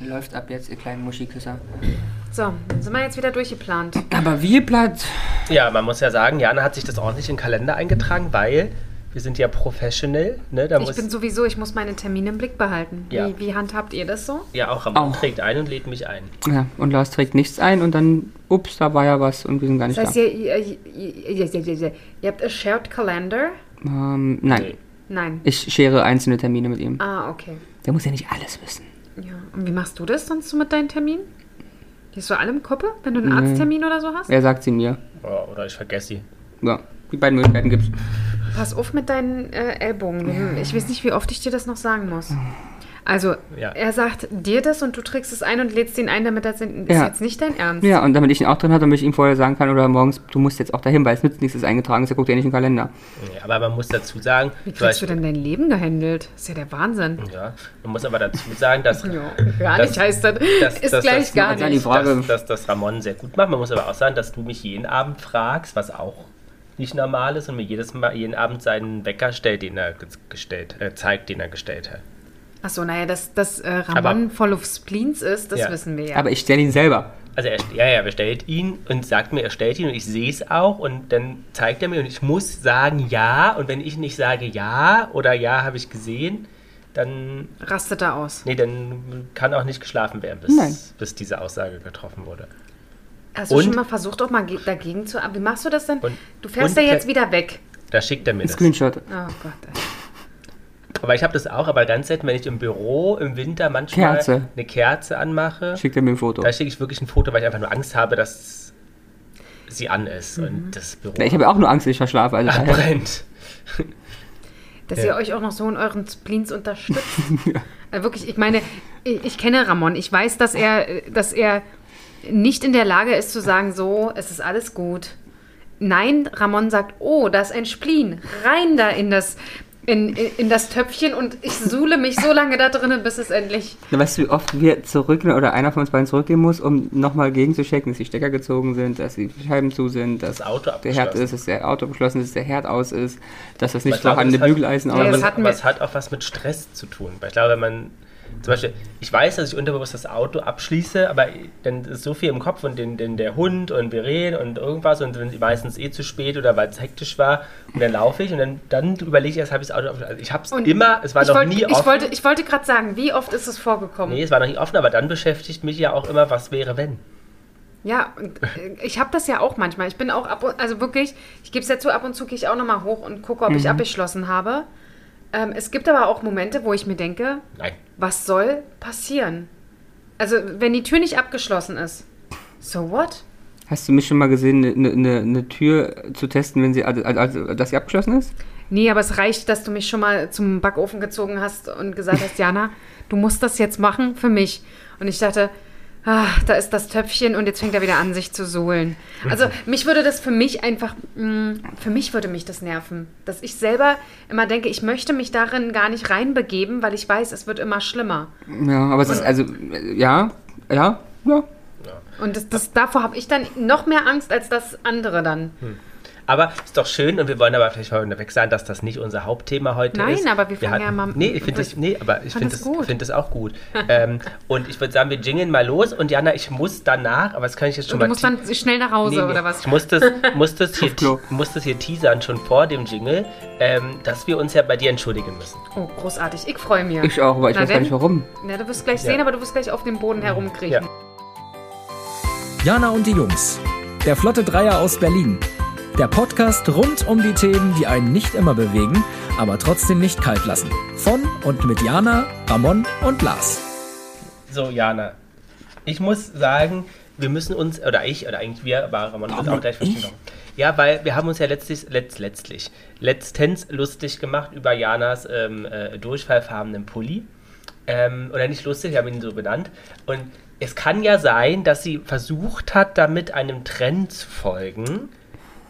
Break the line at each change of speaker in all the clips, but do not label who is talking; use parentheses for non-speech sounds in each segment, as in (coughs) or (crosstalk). läuft ab jetzt, ihr kleinen Muschiküsser.
So, sind wir jetzt wieder durchgeplant.
Aber wie platt.
Ja, man muss ja sagen, Jana hat sich das ordentlich in den Kalender eingetragen, weil wir sind ja professional. Ne? Da
Ich
muss,
bin sowieso, ich muss meine Termine im Blick behalten.
Ja.
Wie, wie handhabt ihr das so?
ja, auch Ramon
Auch.
trägt ein und lädt mich ein.
Ja, und Lars trägt nichts ein und dann, ups, da war ja was und wir sind gar nicht
Das heißt,
da.
ihr, ihr, ihr, ihr, ihr, ihr, ihr habt a shared calendar?
Ähm, nein,
Nee.
Nein.
ich schere einzelne Termine mit ihm.
Ah, okay.
Der muss ja nicht alles wissen.
Ja. Und wie machst du das sonst so mit deinen Terminen? Gehst du alle im Kuppe, wenn du
Mhm.
einen Arzttermin oder so hast?
Er sagt sie mir.
Oh, oder ich vergesse sie.
Ja, die beiden Möglichkeiten gibt's.
Pass auf mit deinen äh, Ellbogen. Du- Ich weiß nicht, wie oft ich dir das noch sagen muss. Also,
Ja.
er sagt dir das und du trägst es ein und lädst ihn ein, damit er es in- ist
Ja.
jetzt nicht dein Ernst.
Ja, und damit ich ihn auch drin hatte, damit ich ihm vorher sagen kann oder morgens, du musst jetzt auch dahin, weil es nützt nichts, dass es eingetragen ist, er guckt ja nicht in den Kalender.
Nee, aber man muss dazu
Wie
sagen, zum
kriegst du
Beispiel-
denn dein Leben gehandelt? Ist ja der Wahnsinn.
ja, man muss aber dazu sagen, dass
Ja, gar
Das-
nicht heißt das.
das-
ist
das-
gleich
das-
gar
das-
nicht.
Die Frage-
dass, dass das Ramon sehr gut macht. Man muss aber auch sagen, dass du mich jeden Abend fragst, was auch nicht normal ist und mir jedes Mal jeden Abend seinen Wecker stellt, den er ge- gestellt, äh, zeigt, den er gestellt hat.
Achso, naja, dass, dass äh,
Aber-
Ramon voll auf Spleens ist, das
Ja.
wissen wir ja.
Aber ich stelle ihn selber.
Also er, ja, ja, er bestellt ihn und sagt mir, er stellt ihn und ich sehe es auch und dann zeigt er mir und ich muss sagen ja und wenn ich nicht sage ja oder ja habe ich gesehen, dann
Rastet er aus.
nee, dann kann auch nicht geschlafen werden,
Nein.
bis, bis diese Aussage getroffen wurde.
Hast du
Und-
schon mal versucht, auch mal ge- dagegen zu. Wie machst du das denn?
Und-
du fährst ja
und-
jetzt wieder weg.
Da schickt er mir das.
Screenshot.
Oh Gott.
Aber ich habe das auch, aber ganz selten, wenn ich im Büro im Winter manchmal
Kerze.
eine Kerze anmache,
Schickt er mir ein Foto.
da schicke ich wirklich ein Foto, weil ich einfach nur Angst habe, dass sie an ist und das Büro
Mhm. Na, ich habe auch nur Angst, dass ich verschlafe.
Ah,
Also,
(laughs)
daher-
abbrennt.
Dass
Ja.
ihr euch auch noch so in euren Spleens
(laughs)
unterstützt. Äh, Wirklich, ich meine, ich, ich kenne Ramon. Ich weiß, dass er, äh, dass er nicht in der Lage ist zu sagen, so, es ist alles gut. Nein, Ramon sagt, oh, da ist ein Spleen. Rein da in das, in, in, in das Töpfchen und ich suhle mich so lange da drinnen, bis es endlich.
Na, weißt du, wie oft wir zurück oder einer von uns beiden zurückgehen muss, um nochmal gegenzuchecken, dass die Stecker gezogen sind, dass die Scheiben zu sind, dass
Das Auto
der Herd
abgeschlossen.
ist, dass der Auto beschlossen ist, dass der Herd aus ist, dass das nicht
glaube,
vorhandene
das hat-
Bügeleisen
Ja,
aus
das
ist.
hatten
aber
wir-
es hat auch was mit Stress zu tun. Weil ich glaube, wenn man zum Beispiel, ich weiß, dass ich unterbewusst das Auto abschließe, aber dann ist so viel im Kopf und den, den, der Hund und wir reden und irgendwas und wenn meistens eh zu spät oder weil es hektisch war und dann laufe ich und dann, dann überlege ich erst, habe ich das Auto abgeschlossen. Also ich habe es
Und
immer, es war
ich
noch
wollte,
nie offen.
ich wollte, ich wollte gerade sagen, wie oft ist es vorgekommen?
Nee, es war noch nicht offen, aber dann beschäftigt mich ja auch immer, was wäre, wenn.
Ja, und äh, ich habe das ja auch manchmal. Ich bin auch ab und also wirklich, ich gebe es ja zu, ab und zu gehe ich auch nochmal hoch und gucke, ob ich abgeschlossen habe. Ähm, es gibt aber auch Momente, wo ich mir denke,
Nein.
was soll passieren? Also, wenn die Tür nicht abgeschlossen ist, so what?
Hast du mich schon mal gesehen, eine ne, ne Tür zu testen, wenn sie, also, also, dass sie abgeschlossen ist?
Nee, aber es reicht, dass du mich schon mal zum Backofen gezogen hast und gesagt hast, Jana, du musst das jetzt machen für mich. Und ich dachte, ach, da ist das Töpfchen und jetzt fängt er wieder an, sich zu sohlen. Also mich würde das für mich einfach, mh, für mich würde mich das nerven, dass ich selber immer denke, ich möchte mich darin gar nicht reinbegeben, weil ich weiß, es wird immer schlimmer.
Ja, aber es ist, also, äh, ja, ja, ja.
Und das, das, davor habe ich dann noch mehr Angst als das andere dann.
Aber ist doch schön und wir wollen aber vielleicht mal weg sein, dass das nicht unser Hauptthema heute
Nein,
ist.
aber wir fangen ja
hatten-
mal-
Nee, ich finde das, nee, aber ich
fand
finde
das
das,
gut.
find das auch gut. ähm, und ich würde sagen, wir jingeln mal los und Jana, ich muss danach, aber das kann ich jetzt schon
Und du
mal
musst
te-
dann schnell nach Hause
Nee, nee.
oder was?
Ich muss
(laughs)
das, muss, das hier,
Klo.
muss das hier teasern, schon vor dem Jingle, ähm, dass wir uns ja bei dir entschuldigen müssen.
Oh, großartig. Ich freue mich.
Ich auch, aber ich
Na
weiß gar
denn?
nicht warum.
Ja, du wirst gleich
Ja.
sehen, aber du wirst gleich auf dem Boden herumkriechen.
Ja.
Jana und die Jungs. Der Flotte Dreier aus Berlin. Der Podcast rund um die Themen, die einen nicht immer bewegen, aber trotzdem nicht kalt lassen. Von und mit Jana, Ramon und Lars.
So, Jana, ich muss sagen, wir müssen uns, oder ich, oder eigentlich wir, aber Ramon wird auch gleich verstehen. warum. Ja, weil wir haben uns ja letztlich, letzt, letztlich, letztens lustig gemacht über Janas ähm, äh, durchfallfarbenen Pulli. Ähm, oder nicht lustig, wir haben ihn so benannt. Und es kann ja sein, dass sie versucht hat, damit einem Trend zu folgen,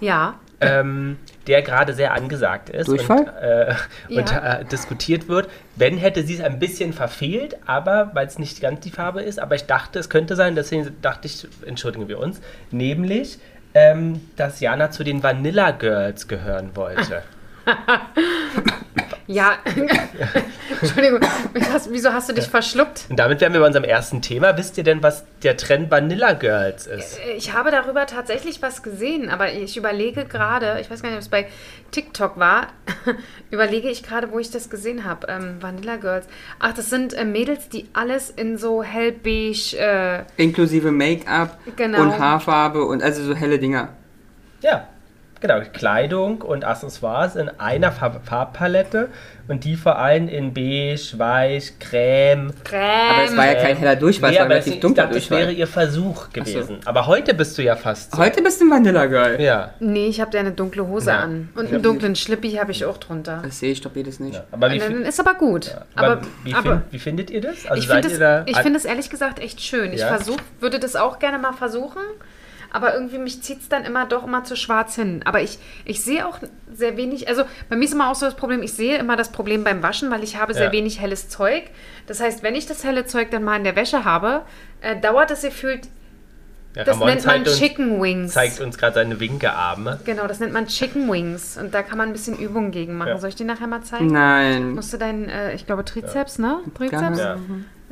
Ja.
ähm, der gerade sehr angesagt ist
Durchfall?
und, äh, und
Ja.
äh, diskutiert wird. Wenn hätte sie es ein bisschen verfehlt, aber weil es nicht ganz die Farbe ist, aber ich dachte, es könnte sein, deswegen dachte ich, entschuldigen wir uns, nämlich, ähm, dass Jana zu den Vanilla Girls gehören wollte.
Ja. (laughs) Entschuldigung, Was- wieso hast du dich verschluckt?
Und damit wären wir bei unserem ersten Thema. Wisst ihr denn, was der Trend Vanilla Girls ist?
Ich habe darüber tatsächlich was gesehen, aber ich überlege gerade, ich weiß gar nicht, ob es bei TikTok war, (laughs) überlege ich gerade, wo ich das gesehen habe. Ähm, Vanilla Girls. Ach, das sind äh, Mädels, die alles in so hellbeige. Äh,
Inklusive Make-up
Genau.
und Haarfarbe und also so helle Dinger.
Ja, genau. Kleidung und Accessoires in einer Farb Farbpalette und die vor allem in beige, weich, creme.
Aber es war
Ähm,
ja kein heller Durchfall, es war ein
aber das,
relativ
ich
dunkler
dachte, das wäre
Durchfall.
ihr Versuch gewesen. Aber heute bist du ja fast so.
Heute bist du ein Vanilla-Girl.
Ja.
Nee, ich habe da eine dunkle Hose
Ja.
an. Und einen dunklen Schlippi habe ich auch drunter.
Das sehe ich doch jedes nicht.
ja. Aber wie,
Dann
fi-
ist aber gut.
aber,
Äh, aber
wie,
aber
fin- wie findet ihr das? Also
ich finde
ihr da
das, ich find das ehrlich gesagt echt schön. Ich
Ja?
versuch, würde das auch gerne mal versuchen, aber irgendwie mich zieht es dann immer doch immer zu schwarz hin. Aber ich, ich sehe auch sehr wenig, also bei mir ist immer auch so das Problem, ich sehe immer das Problem beim Waschen, weil ich habe sehr
Ja.
wenig helles Zeug. Das heißt, wenn ich das helle Zeug dann mal in der Wäsche habe, äh, dauert das gefühlt,
ja,
das
Ramon
nennt man
zeigt uns-
Chicken Wings.
zeigt uns gerade seine Winkearme.
Genau, das nennt man Chicken Wings. Und da kann man ein bisschen Übung gegen machen.
Ja.
Soll ich dir nachher mal zeigen?
Nein.
Musst du deinen, äh, ich glaube, Trizeps, ne? Trizeps?
Ja.
Ja.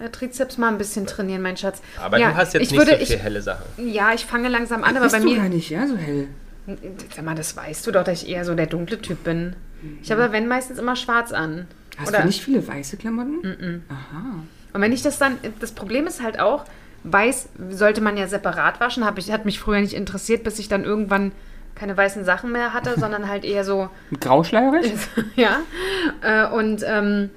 Äh, Trizeps mal ein bisschen trainieren, mein Schatz.
Aber
ja,
du hast jetzt
ich
nicht
würde,
so viel helle Sachen.
Ich, ja, ich fange langsam an, aber
bist
bei
du
mir.
gar nicht, ja, so hell.
Sag mal, das weißt du doch, dass ich eher so der dunkle Typ bin. Ich habe, wenn, meistens immer schwarz an.
Hast
Oder,
du nicht viele weiße Klamotten? Aha.
Und wenn ich das dann. Das Problem ist halt auch, weiß sollte man ja separat waschen. Hab ich, hat mich früher nicht interessiert, bis ich dann irgendwann keine weißen Sachen mehr hatte, sondern halt eher so.
Grauschleierig?
(laughs) ja. Äh, und ähm,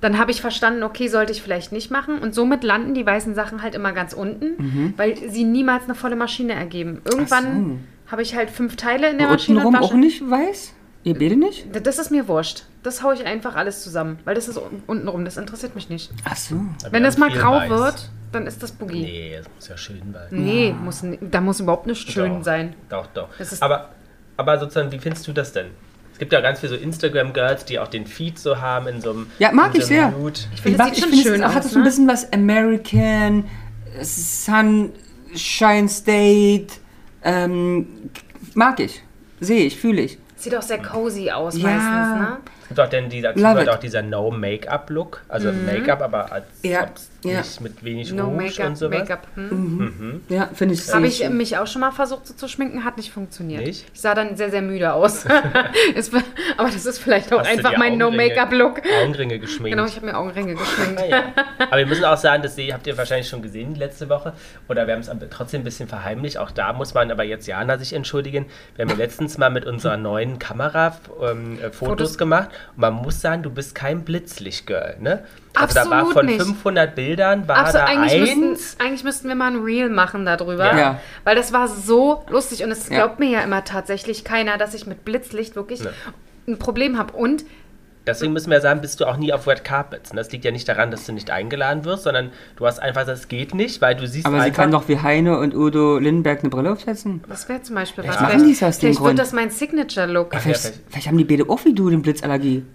dann habe ich verstanden, okay, sollte ich vielleicht nicht machen. Und somit landen die weißen Sachen halt immer ganz unten,
Mhm.
weil sie niemals eine volle Maschine ergeben. Irgendwann habe ich halt fünf Teile in der
Unten
Maschine
rum
und
auch
wasche.
nicht weiß? Ihr beide nicht?
D- Das ist mir wurscht. Das haue ich einfach alles zusammen, weil das ist un- untenrum. Das interessiert mich nicht.
Ach so.
Wenn
Wir
das
haben
mal
viel
grau
Weiß.
wird, dann ist das Boogie.
Nee, das muss ja schön sein.
Nee,
Ah.
muss, ni- da muss überhaupt nicht schön
Doch,
sein.
Doch, doch.
Das ist-
aber, aber sozusagen, wie findest du das denn? Es gibt ja ganz viele so Instagram-Girls, die auch den Feed so haben in so einem.
Ja, mag
in
ich
so einem
sehr.
Nude.
Ich finde, das sieht schon schön
es, hat
aus.
so ein
Ne?
bisschen was American, äh, Sunshine State. Ähm, mag ich. Sehe ich, fühle ich.
Sieht auch sehr cozy aus
Ja.
meistens, ne?
Es gibt auch dann dieser, dazu
Love
gehört
it.
auch dieser No-Make-up-Look. Also Make-up, aber als
Ja,
ob's
ja.
nicht mit wenig
Mhm. No
Rouge und
Make-up,
sowas.
Make-up. Hm?
Ja, finde ich. sehe
Habe ich
schön.
mich auch schon mal versucht so zu schminken, hat nicht funktioniert.
Nicht?
Ich sah dann sehr, sehr müde
(laughs)
aus. es, war- aber das ist vielleicht auch
Hast du
einfach
dir
mein
Augenringe-
No-Make-up-Look.
Augenringe geschminkt.
Genau, ich habe mir Augenringe geschminkt.
Ah, ja. Aber wir müssen auch sagen, das sehe- habt ihr wahrscheinlich schon gesehen letzte Woche. Oder wir haben es aber trotzdem ein bisschen verheimlicht. Auch da muss man aber jetzt Jana sich entschuldigen. Wir haben ja letztens mal mit unserer neuen Kamera ähm, äh, Fotos,
Fotos.
gemacht. Und man muss sagen, du bist kein Blitzlicht-Girl, ne? also
Absolut
da war von
nicht.
500 Bildern, war
Absolut,
da
eigentlich,
eins.
müssten, eigentlich müssten wir mal ein Reel machen darüber.
Ja. Ja.
Weil das war so lustig und es
Ja.
glaubt mir ja immer tatsächlich keiner, dass ich mit Blitzlicht wirklich
Ja.
ein Problem habe. Und
Deswegen müssen wir sagen, bist du auch nie auf Red Carpets. Und das liegt ja nicht daran, dass du nicht eingeladen wirst, sondern du hast einfach, gesagt, das geht nicht, weil du siehst
Aber sie
einfach...
kann doch wie Heine und Udo Lindenberg eine Brille aufsetzen.
das wäre zum Beispiel was.
machen
Vielleicht-
die's aus dem
Vielleicht
Grund.
wird das mein Signature-Look.
ja,
Vielleicht,
vielleicht.
vielleicht haben die beide auch wie du den Blitzallergie.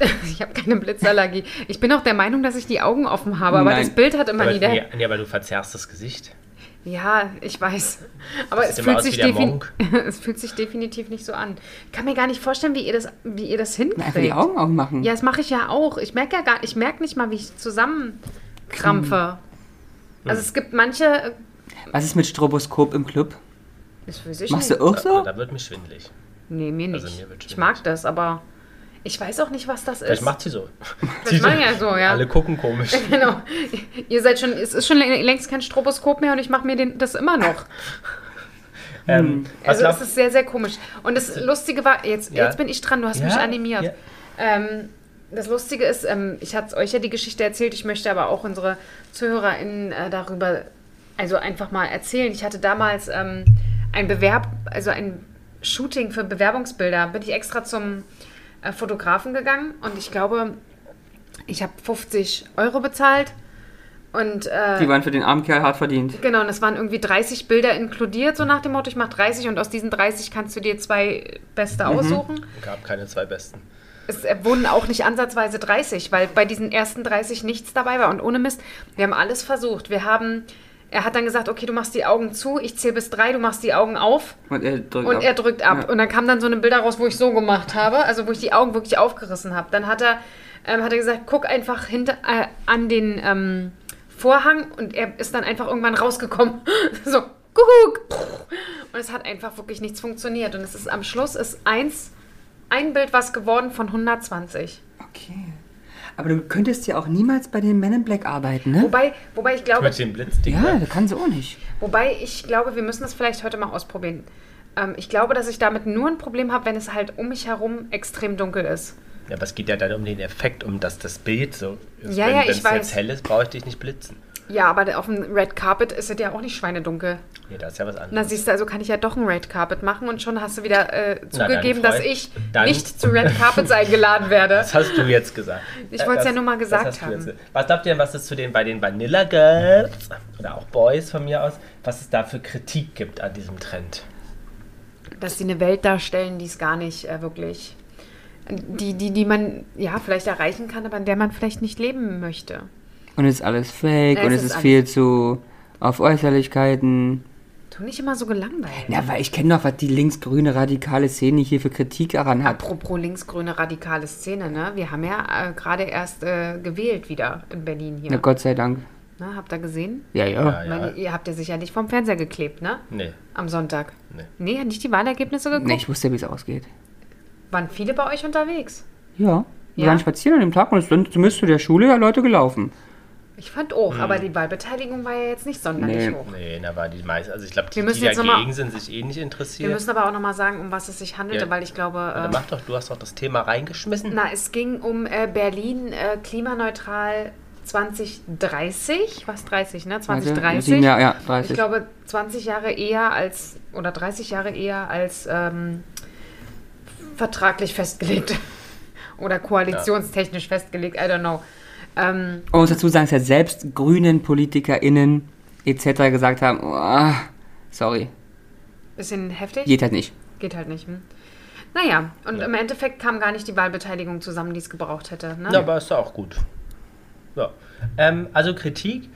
(laughs) Ich habe keine Blitzallergie. Ich bin auch der Meinung, dass ich die Augen offen habe, aber
Nein.
das Bild hat immer
aber,
jeder.
nee, nee, aber du verzerrst das Gesicht.
Ja, ich weiß. Aber es
sieht
fühlt,
immer aus
sich
wie der
defin-
Monk.
(laughs) es fühlt sich definitiv nicht so an. Ich kann mir gar nicht vorstellen, wie ihr das, wie ihr das
Na, Einfach die
hinkriegt.
Augen aufmachen.
Ja, das mache ich ja auch. Ich merke ja gar ich merke nicht mal, wie ich zusammenkrampfe.
Hm.
Also es gibt manche, äh,
Was ist mit Stroboskop im Club?
das weiß ich
Machst
nicht.
du auch so?
Da wird mir schwindelig.
Nee, mir nicht.
Also mir wird
ich
schwindelig.
mag das, aber ich weiß auch nicht, was das ist.
Vielleicht macht sie so. (laughs)
das machen ja so, ja.
Alle gucken komisch.
(laughs) Genau. Ihr seid schon, es ist schon längst kein Stroboskop mehr und ich mache mir den, das immer noch.
ähm, was
Also es
glaub,
ist sehr, sehr komisch. Und das Lustige war, jetzt,
Ja.
jetzt bin ich dran, du hast
Ja,
mich animiert.
ja.
Ähm, das Lustige ist, ähm, ich hatte euch ja die Geschichte erzählt, ich möchte aber auch unsere ZuhörerInnen äh, darüber also einfach mal erzählen. Ich hatte damals ähm, ein Bewerb, also ein Shooting für Bewerbungsbilder, bin ich extra zum äh, Fotografen gegangen und ich glaube, ich habe 50 Euro bezahlt und äh,
Die waren für den armen Kerl hart verdient.
Genau, und es waren irgendwie 30 Bilder inkludiert, so nach dem Motto, ich mache 30 und aus diesen 30 kannst du dir zwei Beste aussuchen.
gab keine zwei Besten.
Es äh, wurden auch nicht ansatzweise 30, weil bei diesen ersten 30 nichts dabei war. Und ohne Mist, wir haben alles versucht. Wir haben Er hat dann gesagt, okay, du machst die Augen zu, ich zähle bis drei, du machst die Augen auf
Und er drückt
und
ab.
er drückt ab.
Ja.
Und dann kamen dann so eine Bilder raus, wo ich so gemacht habe, also wo ich die Augen wirklich aufgerissen habe. Dann hat er, ähm, hat er gesagt, guck einfach hinter, äh, an den ähm, Vorhang und er ist dann einfach irgendwann rausgekommen. (laughs) so, guck. Und es hat einfach wirklich nichts funktioniert. Und es ist am Schluss ist eins, ein Bild was geworden von 120.
Okay. Aber du könntest ja auch niemals bei den Men in Black arbeiten, ne?
Wobei, wobei ich glaube,
Mit dem Blitzding.
ja,
ne?
das kann sie auch nicht.
Wobei ich glaube, wir müssen das vielleicht heute mal ausprobieren. Ähm, ich glaube, dass ich damit nur ein Problem habe, wenn es halt um mich herum extrem dunkel ist.
Ja, aber es geht ja dann um den Effekt, um dass das Bild so ist.
Ja,
wenn
ja,
wenn's
ich weiß.
jetzt hell ist, brauche ich dich nicht blitzen.
Ja, aber auf dem Red Carpet ist es ja auch nicht schweinedunkel.
Nee, da ist ja was
Na
anderes.
siehst du, also kann ich ja doch ein Red Carpet machen und schon hast du wieder äh,
Na,
zugegeben,
dann,
dass
Freund,
ich
dann-
nicht zu Red
(laughs)
Carpets eingeladen werde.
Das hast du jetzt gesagt.
Ich wollt's ja
das-
nur mal gesagt
das hast du
haben.
jetzt- Was glaubt ihr denn, was es zu den bei den Vanilla Girls oder auch Boys von mir aus, was es da für Kritik gibt an diesem Trend?
Dass sie eine Welt darstellen, die es gar nicht äh, wirklich, die, die, die man ja vielleicht erreichen kann, aber in der man vielleicht nicht leben möchte.
Und es ist alles fake
Ja,
und
es
es
ist
ist viel zu auf Äußerlichkeiten.
Tu nicht immer so gelangweilt.
Na, weil ich kenne doch, was die linksgrüne radikale Szene hier für Kritik daran hat.
Apropos linksgrüne radikale Szene, ne? Wir haben ja äh, gerade erst äh, gewählt wieder in Berlin hier.
Na, Gott sei Dank.
ne? Habt ihr gesehen?
Ja,
Ja,
ja.
Ich Meine,
ja.
ihr habt ja sicherlich vom Fernseher geklebt, ne?
Nee.
Am Sonntag.
Nee.
Nee, nicht die Wahlergebnisse geguckt?
Nee, ich wusste, wie es ausgeht.
Waren viele bei euch unterwegs?
Ja. Wir
Ja?
waren spazieren an dem Tag und es sind zumindest zu der Schule ja Leute gelaufen.
Ich fand auch,
Hm.
aber die Wahlbeteiligung war ja jetzt nicht sonderlich
Nee.
hoch.
Nee, da war die meisten. Also ich glaube, die,
Wir müssen
die
jetzt noch mal-
dagegen sind, sich eh nicht
Wir
interessiert.
müssen aber auch nochmal sagen, um was es sich handelte,
Ja.
weil ich glaube,
Dann
äh,
mach doch, du hast doch das Thema reingeschmissen.
na, es ging um äh, Berlin äh, klimaneutral 2030. Was 30, ne?
Warte,
2030.
sieben Jahre, ja, 30.
Ich glaube, 20 Jahre eher als, oder 30 Jahre eher als ähm, vertraglich festgelegt (laughs) oder koalitionstechnisch festgelegt, I don't know. Ähm,
Man muss dazu sagen, dass ja selbst grünen PolitikerInnen etc. gesagt haben, oh, ah, sorry,
bisschen heftig,
geht halt nicht.
geht halt nicht. Hm? Naja, und
Ja.
im Endeffekt kam gar nicht die Wahlbeteiligung zusammen, die es gebraucht hätte. Ne?
Na, aber ist ja auch gut. Ja. Ähm, also Kritik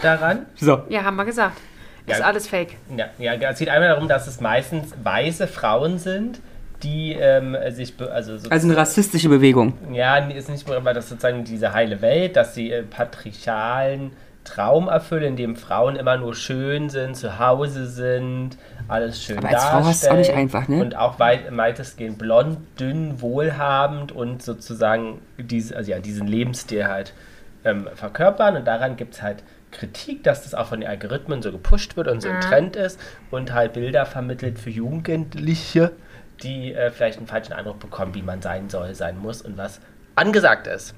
daran.
So.
Ja, haben wir gesagt. Ist
Ja.
alles fake.
Ja, ja, es geht einmal darum, dass es meistens weiße Frauen sind, die ähm, sich, be- also, so,
Also eine rassistische Bewegung.
ja, nee, ist nicht nur, aber das ist sozusagen diese heile Welt, dass sie äh, patriarchalen Traum erfüllen, in dem Frauen immer nur schön sind, zu Hause sind, alles schön
Aber als Frau hast du es auch nicht
darstellen
einfach, ne?
Und auch weit, weitestgehend blond, dünn, wohlhabend und sozusagen diese, also ja, diesen Lebensstil halt ähm, verkörpern. Und daran gibt es halt Kritik, dass das auch von den Algorithmen so gepusht wird und so ein Trend ist und halt Bilder vermittelt für Jugendliche, die äh, vielleicht einen falschen Eindruck bekommen, wie man sein soll, sein muss und was angesagt ist.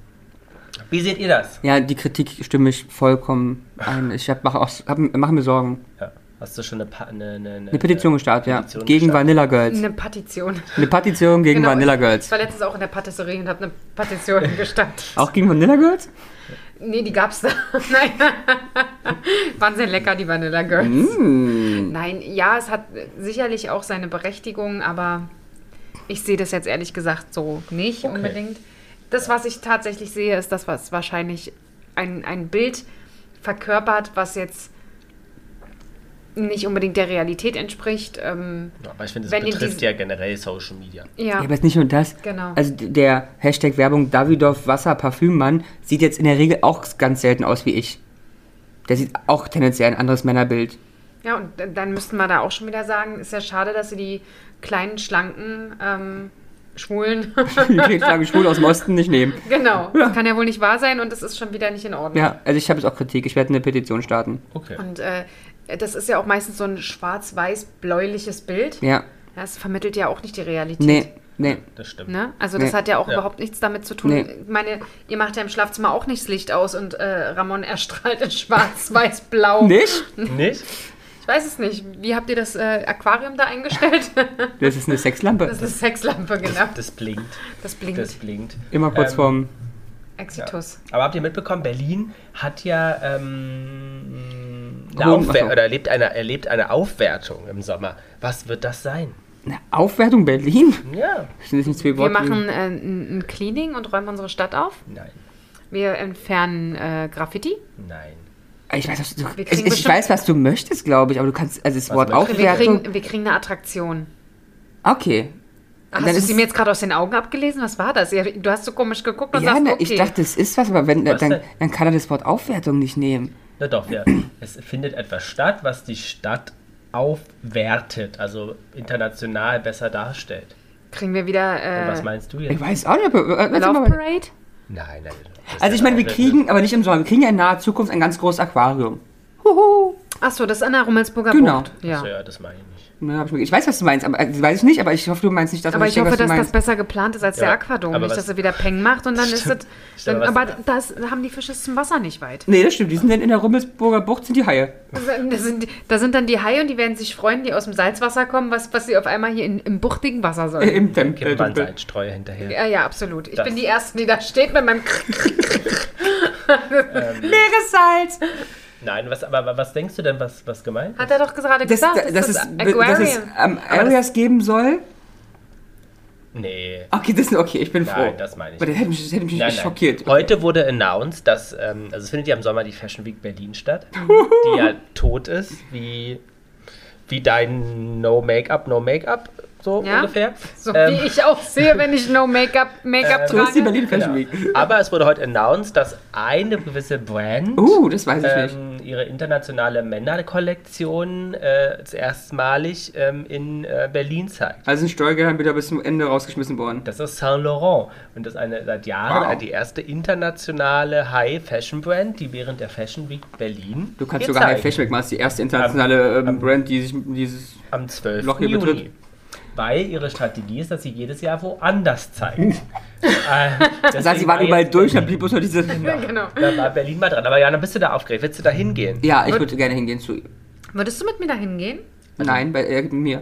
Wie seht ihr das?
Ja, die Kritik stimme ich vollkommen ein. Ich hab, mache auch, hab, mache mir Sorgen.
Ja. Hast du schon eine, Pa- eine, eine,
Eine Petition gestartet, ja.
Äh, Petition
gegen
gestartet.
Vanilla Girls.
Eine Petition.
Eine Petition gegen
Genau,
Vanilla
ich-
Girls.
Ich war letztens auch in der Patisserie und habe eine
(laughs)
Petition gestartet.
Auch gegen Vanilla Girls?
Nee, die gab's da. (laughs) Nein. Waren sehr lecker, die Vanilla Girls. Nein, ja, es hat sicherlich auch seine Berechtigung, aber ich sehe das jetzt ehrlich gesagt so nicht unbedingt. Das, was ich tatsächlich sehe, ist das, was wahrscheinlich ein, ein Bild verkörpert, was jetzt nicht unbedingt der Realität entspricht. Ähm,
Ja, aber ich finde, das
Wenn ihr
betrifft
diesen-
ja generell Social Media.
ja.
Ja, aber ist nicht nur das.
Genau.
Also d- der Hashtag Werbung Davidoff Wasser Parfümmann sieht jetzt in der Regel auch ganz selten aus wie ich. Der sieht auch tendenziell ein anderes
(laughs)
Männerbild. (laughs)
Ja, und d- dann müssten wir da auch schon wieder sagen, ist ja schade, dass sie die kleinen, schlanken, ähm, schwulen,
Die Klingschlange schwul aus dem Osten nicht nehmen.
genau, das kann ja wohl nicht wahr sein und das ist schon wieder nicht in Ordnung.
Ja, also ich habe jetzt auch Kritik. Ich werde eine Petition starten.
Okay.
Und äh, das ist ja auch meistens so ein schwarz-weiß-bläuliches Bild.
Ja.
Das vermittelt ja auch nicht die Realität.
Nee, nee.
Das stimmt.
Ne? Also das
Nee.
hat ja auch
Ja.
überhaupt nichts damit zu tun.
Nee.
Ich meine, ihr macht ja im Schlafzimmer auch nicht das Licht aus und äh, Ramon erstrahlt
(laughs)
in schwarz-weiß-blau.
Nicht?
Nicht?
Ich weiß es nicht. Wie habt ihr das äh, Aquarium da eingestellt? (laughs)
Das ist eine Sexlampe.
das ist Sexlampe, genau.
Das blinkt.
Das blinkt.
Das blinkt.
Immer kurz
Ähm,
vorm.
Exitus.
Aber habt ihr mitbekommen, Berlin hat ja ähm, eine
Hohen-
Aufwer
Achso.
oder erlebt eine, erlebt eine Aufwertung im Sommer. Was wird das sein?
Eine Aufwertung Berlin?
Ja.
Sind das nicht zwei
Wir
Worte?
machen äh, ein ein Cleaning und räumen unsere Stadt auf.
Nein.
Wir entfernen äh, Graffiti.
Nein.
Ah, Ich weiß, was du,
Wir
ich,
kriegen
ich weiß, was du möchtest, glaube ich, aber du kannst, also das
Was
Wort
möchtest
Wir
Aufwertung.
kriegen, wir kriegen eine Attraktion.
Okay.
Hast
Dann
du
ist-
sie mir jetzt gerade aus den Augen abgelesen? Was war das? Ja, Du hast so komisch geguckt und
Ja,
sagst,
na,
okay.
ich dachte, es ist was, aber wenn,
Was
dann,
denn?
dann kann er das Wort Aufwertung nicht nehmen.
Na doch,
(coughs)
ja. es findet etwas statt, was die Stadt aufwertet, also international besser darstellt.
kriegen wir wieder
Und was
äh,
meinst du
Ich
jetzt?
weiß auch nicht. aber- aber- aber-
Love
aber-
Parade?
Nein, nein. das ist
Also ich
ja
meine, wir
eine-
kriegen, aber nicht im Sommer, wir kriegen ja in naher Zukunft ein ganz großes Aquarium.
Achso, das ist an der Rummelsburger
Genau.
Bucht.
Achso,
Ja.
ja, das meine ich nicht.
Ne, hab ich, mir- ich weiß, was du meinst, aber äh, weiß ich nicht, aber ich hoffe, du meinst nicht das,
Aber
was
ich hoffe,
was du
dass das
meinst.
besser geplant ist als der
Ja,
Aquadom.
aber
Nicht,
was-
dass er wieder Peng macht und dann ist
Stimmt.
das... Dann,
Stimmt, was-
aber das haben die Fische zum Wasser
(laughs)
nicht weit.
Nee, das stimmt, die sind denn in der Rummelsburger Bucht, sind die Haie.
Da sind, da sind dann die Haie und die werden sich freuen, die aus dem Salzwasser kommen, was, was sie auf einmal hier in, im buchtigen Wasser
Äh, (laughs)
sollen.
Im Tempel.
Kippen man seinen Streuer hinterher.
Ja, ja, absolut. Ich
Das-
bin die Erste, die da steht mit
(laughs)
meinem Krieg.
Ähm.
Leeres Salz.
Nein, was, aber aber was denkst du denn, was, was gemeint?
Hat er doch gerade
Das,
gesagt.
das, das, ist, dass es
Aquarium.
ähm, Areas geben soll.
Nee.
Okay, das okay, ich bin froh.
Nein, das meine ich
Aber das hätte mich, das hätte mich
Nein,
echt
nein.
schockiert.
Heute wurde announced, dass, ähm, also es findet ja im Sommer die Fashion Week
(laughs)
Berlin statt, die ja tot ist, wie, wie dein No Make-up, No Make-up, so
Ja.
ungefähr.
So
Ähm, Äh.
wie ich auch sehe, wenn ich no Make-up Make-up
So ist die
trage.
Berlin Fashion Week. (laughs)
genau. Aber es wurde heute announced, dass eine gewisse Brand
Uh, das weiß ich nicht.
ähm, ihre internationale Männerkollektion äh, zuerstmalig ähm, in äh, Berlin zeigt.
Also sind Steuergeldern wieder bis zum Ende rausgeschmissen worden.
Das ist Saint Laurent und das ist eine seit Jahren
Wow.
die erste internationale High Fashion Brand, die während der Fashion Week Berlin
Du kannst
hier
sogar High
zeigt.
Fashion Week machen, das ist die erste internationale ähm,
am-
Brand, die sich dieses.
am 12.
Loch hier
Juni.
betritt.
Weil ihre Strategie ist, dass sie jedes Jahr woanders zeigt. ähm,
Uh. (laughs) Das heißt, sie waren überall durch, dann blieb bloß noch diese.
Genau.
Da war Berlin mal dran. Aber Jana, bist du da aufgeregt? Willst du da hingehen?
Ja, ich würde gerne hingehen zu.
Würdest du mit mir da hingehen?
Also
Nein, bei äh, mir.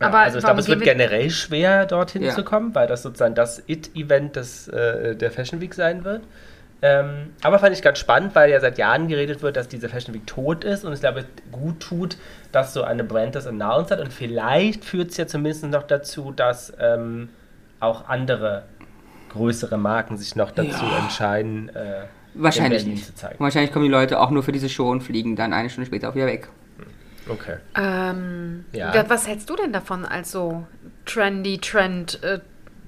Ja,
Aber
also ich
warum
glaube, es wird
gehen wir-
generell schwer, dorthin
Ja.
zu kommen, weil das sozusagen das It-Event des, äh, der Fashion Week sein wird. Ähm, aber fand ich ganz spannend, weil ja seit Jahren geredet wird, dass diese Fashion Week tot ist und ich glaube, gut tut, dass so eine Brand das announced hat und vielleicht führt es ja zumindest noch dazu, dass ähm, auch andere größere Marken sich noch dazu entscheiden, äh,
Wahrscheinlich
in Berlin
nicht.
zu zeigen.
Wahrscheinlich kommen die Leute auch nur für diese Show und fliegen dann eine Stunde später auch wieder weg.
Okay.
Ähm,
Ja.
da- Was hältst du denn davon als so trendy Trend äh,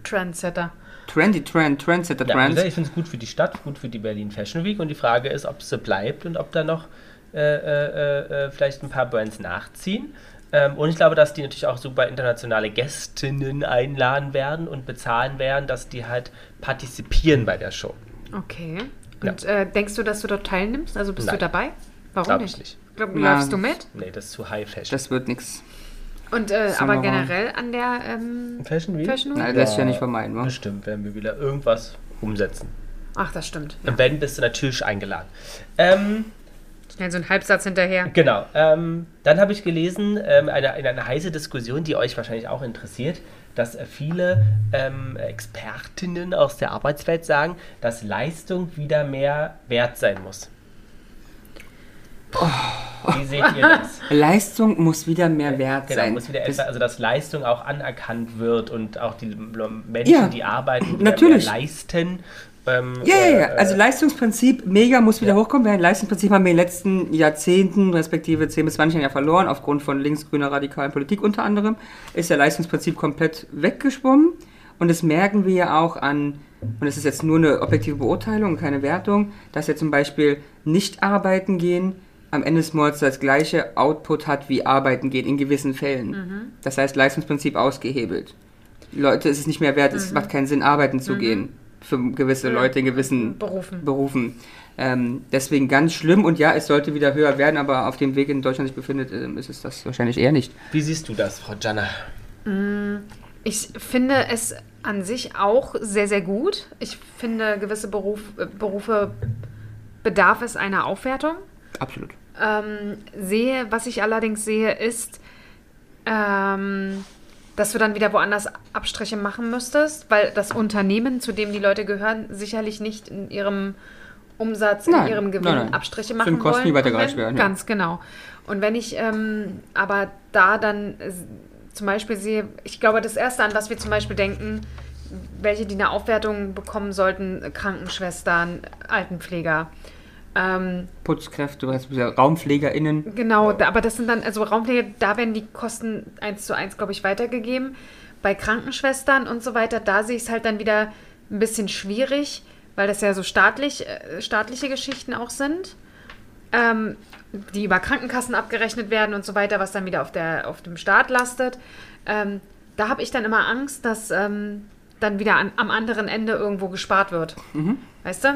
Trendsetter?
Trendy Trend, Trendsetter
Ja, wie
Trends.
gesagt, ich finde es gut für die Stadt, gut für die Berlin Fashion Week und die Frage ist, ob es so bleibt und ob da noch äh, äh, äh, vielleicht ein paar Brands nachziehen. Ähm, und ich glaube, dass die natürlich auch super internationale Gästinnen einladen werden und bezahlen werden, dass die halt partizipieren bei der Show.
Okay. Und äh, denkst du, dass du dort teilnimmst? Also bist
Nein.
du dabei? Warum
Glaub
nicht?
ich nicht.
Glaub,
Na,
läufst du mit?
Nee, das ist zu High Fashion.
Das wird nichts.
Und äh,
Sagen
aber
wir mal.
generell an der ähm,
Fashion Week?
Fashion
Na,
Week?
das lässt sich ja nicht vermeiden, wa?
Bestimmt werden wir wieder irgendwas umsetzen.
Ach, das stimmt.
Und wenn, bist du natürlich eingeladen. Ähm,
Schnell so ein Halbsatz hinterher.
Genau. Ähm, dann habe ich gelesen, ähm, eine, eine, eine heiße Diskussion, die euch wahrscheinlich auch interessiert, dass äh, viele ähm, Expertinnen aus der Arbeitswelt sagen, dass Leistung wieder mehr wert sein muss.
Oh.
Wie seht
(laughs)
ihr das?
Leistung muss wieder mehr wert
Genau,
sein.
muss wieder
Das-
etwa, also dass Leistung auch anerkannt wird und auch die Menschen,
Ja,
die arbeiten, wieder
natürlich.
mehr leisten. Ähm,
ja, ja, ja.
äh,
Also Leistungsprinzip mega muss wieder hochkommen. Wir haben Leistungsprinzip haben wir in den letzten Jahrzehnten, respektive 10 bis 20 Jahren ja verloren, aufgrund von linksgrüner radikalen Politik unter anderem, ist der Leistungsprinzip komplett weggeschwommen. Und das merken wir ja auch an, und es ist jetzt nur eine objektive Beurteilung, keine Wertung, dass ja zum Beispiel nicht arbeiten gehen am Ende des Monats das gleiche Output hat wie arbeiten gehen in gewissen Fällen. Das heißt Leistungsprinzip ausgehebelt. Leute, es ist nicht mehr wert, es macht keinen Sinn, arbeiten zu gehen. Für gewisse Leute in gewissen
Berufen.
Berufen. Ähm, deswegen ganz schlimm und ja, es sollte wieder höher werden, aber auf dem Weg in Deutschland sich befindet, ähm, ist es das wahrscheinlich eher nicht.
Wie siehst du das, Frau Janna?
Ich finde es an sich auch sehr, sehr gut. Ich finde, gewisse Beruf, äh, Berufe bedarf es einer Aufwertung.
Absolut.
Ähm, sehe, was ich allerdings sehe, ist, ähm, dass du dann wieder woanders Abstriche machen müsstest, weil das Unternehmen, zu dem die Leute gehören, sicherlich nicht in ihrem Umsatz,
Nein,
in ihrem Gewinn
nein, nein.
Abstriche
Sind
machen
Kosten,
wollen.
die weiter
Und
gereicht
wenn-
werden, ja.
Ganz genau. Und wenn ich ähm, aber da dann äh, zum Beispiel sehe, ich glaube, das Erste, an was wir zum Beispiel denken, welche, die eine Aufwertung bekommen sollten, Krankenschwestern, Altenpfleger, Ähm,
Putzkräfte, was- RaumpflegerInnen.
genau, da, aber das sind dann, also Raumpflege, da werden die Kosten eins zu eins, glaube ich, weitergegeben. Bei Krankenschwestern und so weiter, da sehe ich es halt dann wieder ein bisschen schwierig, weil das ja so staatlich, äh, staatliche Geschichten auch sind, ähm, die über Krankenkassen abgerechnet werden und so weiter, was dann wieder auf, der, auf dem Staat lastet. Ähm, da habe ich dann immer Angst, dass ähm, dann wieder an, am anderen Ende irgendwo gespart wird. Weißt du?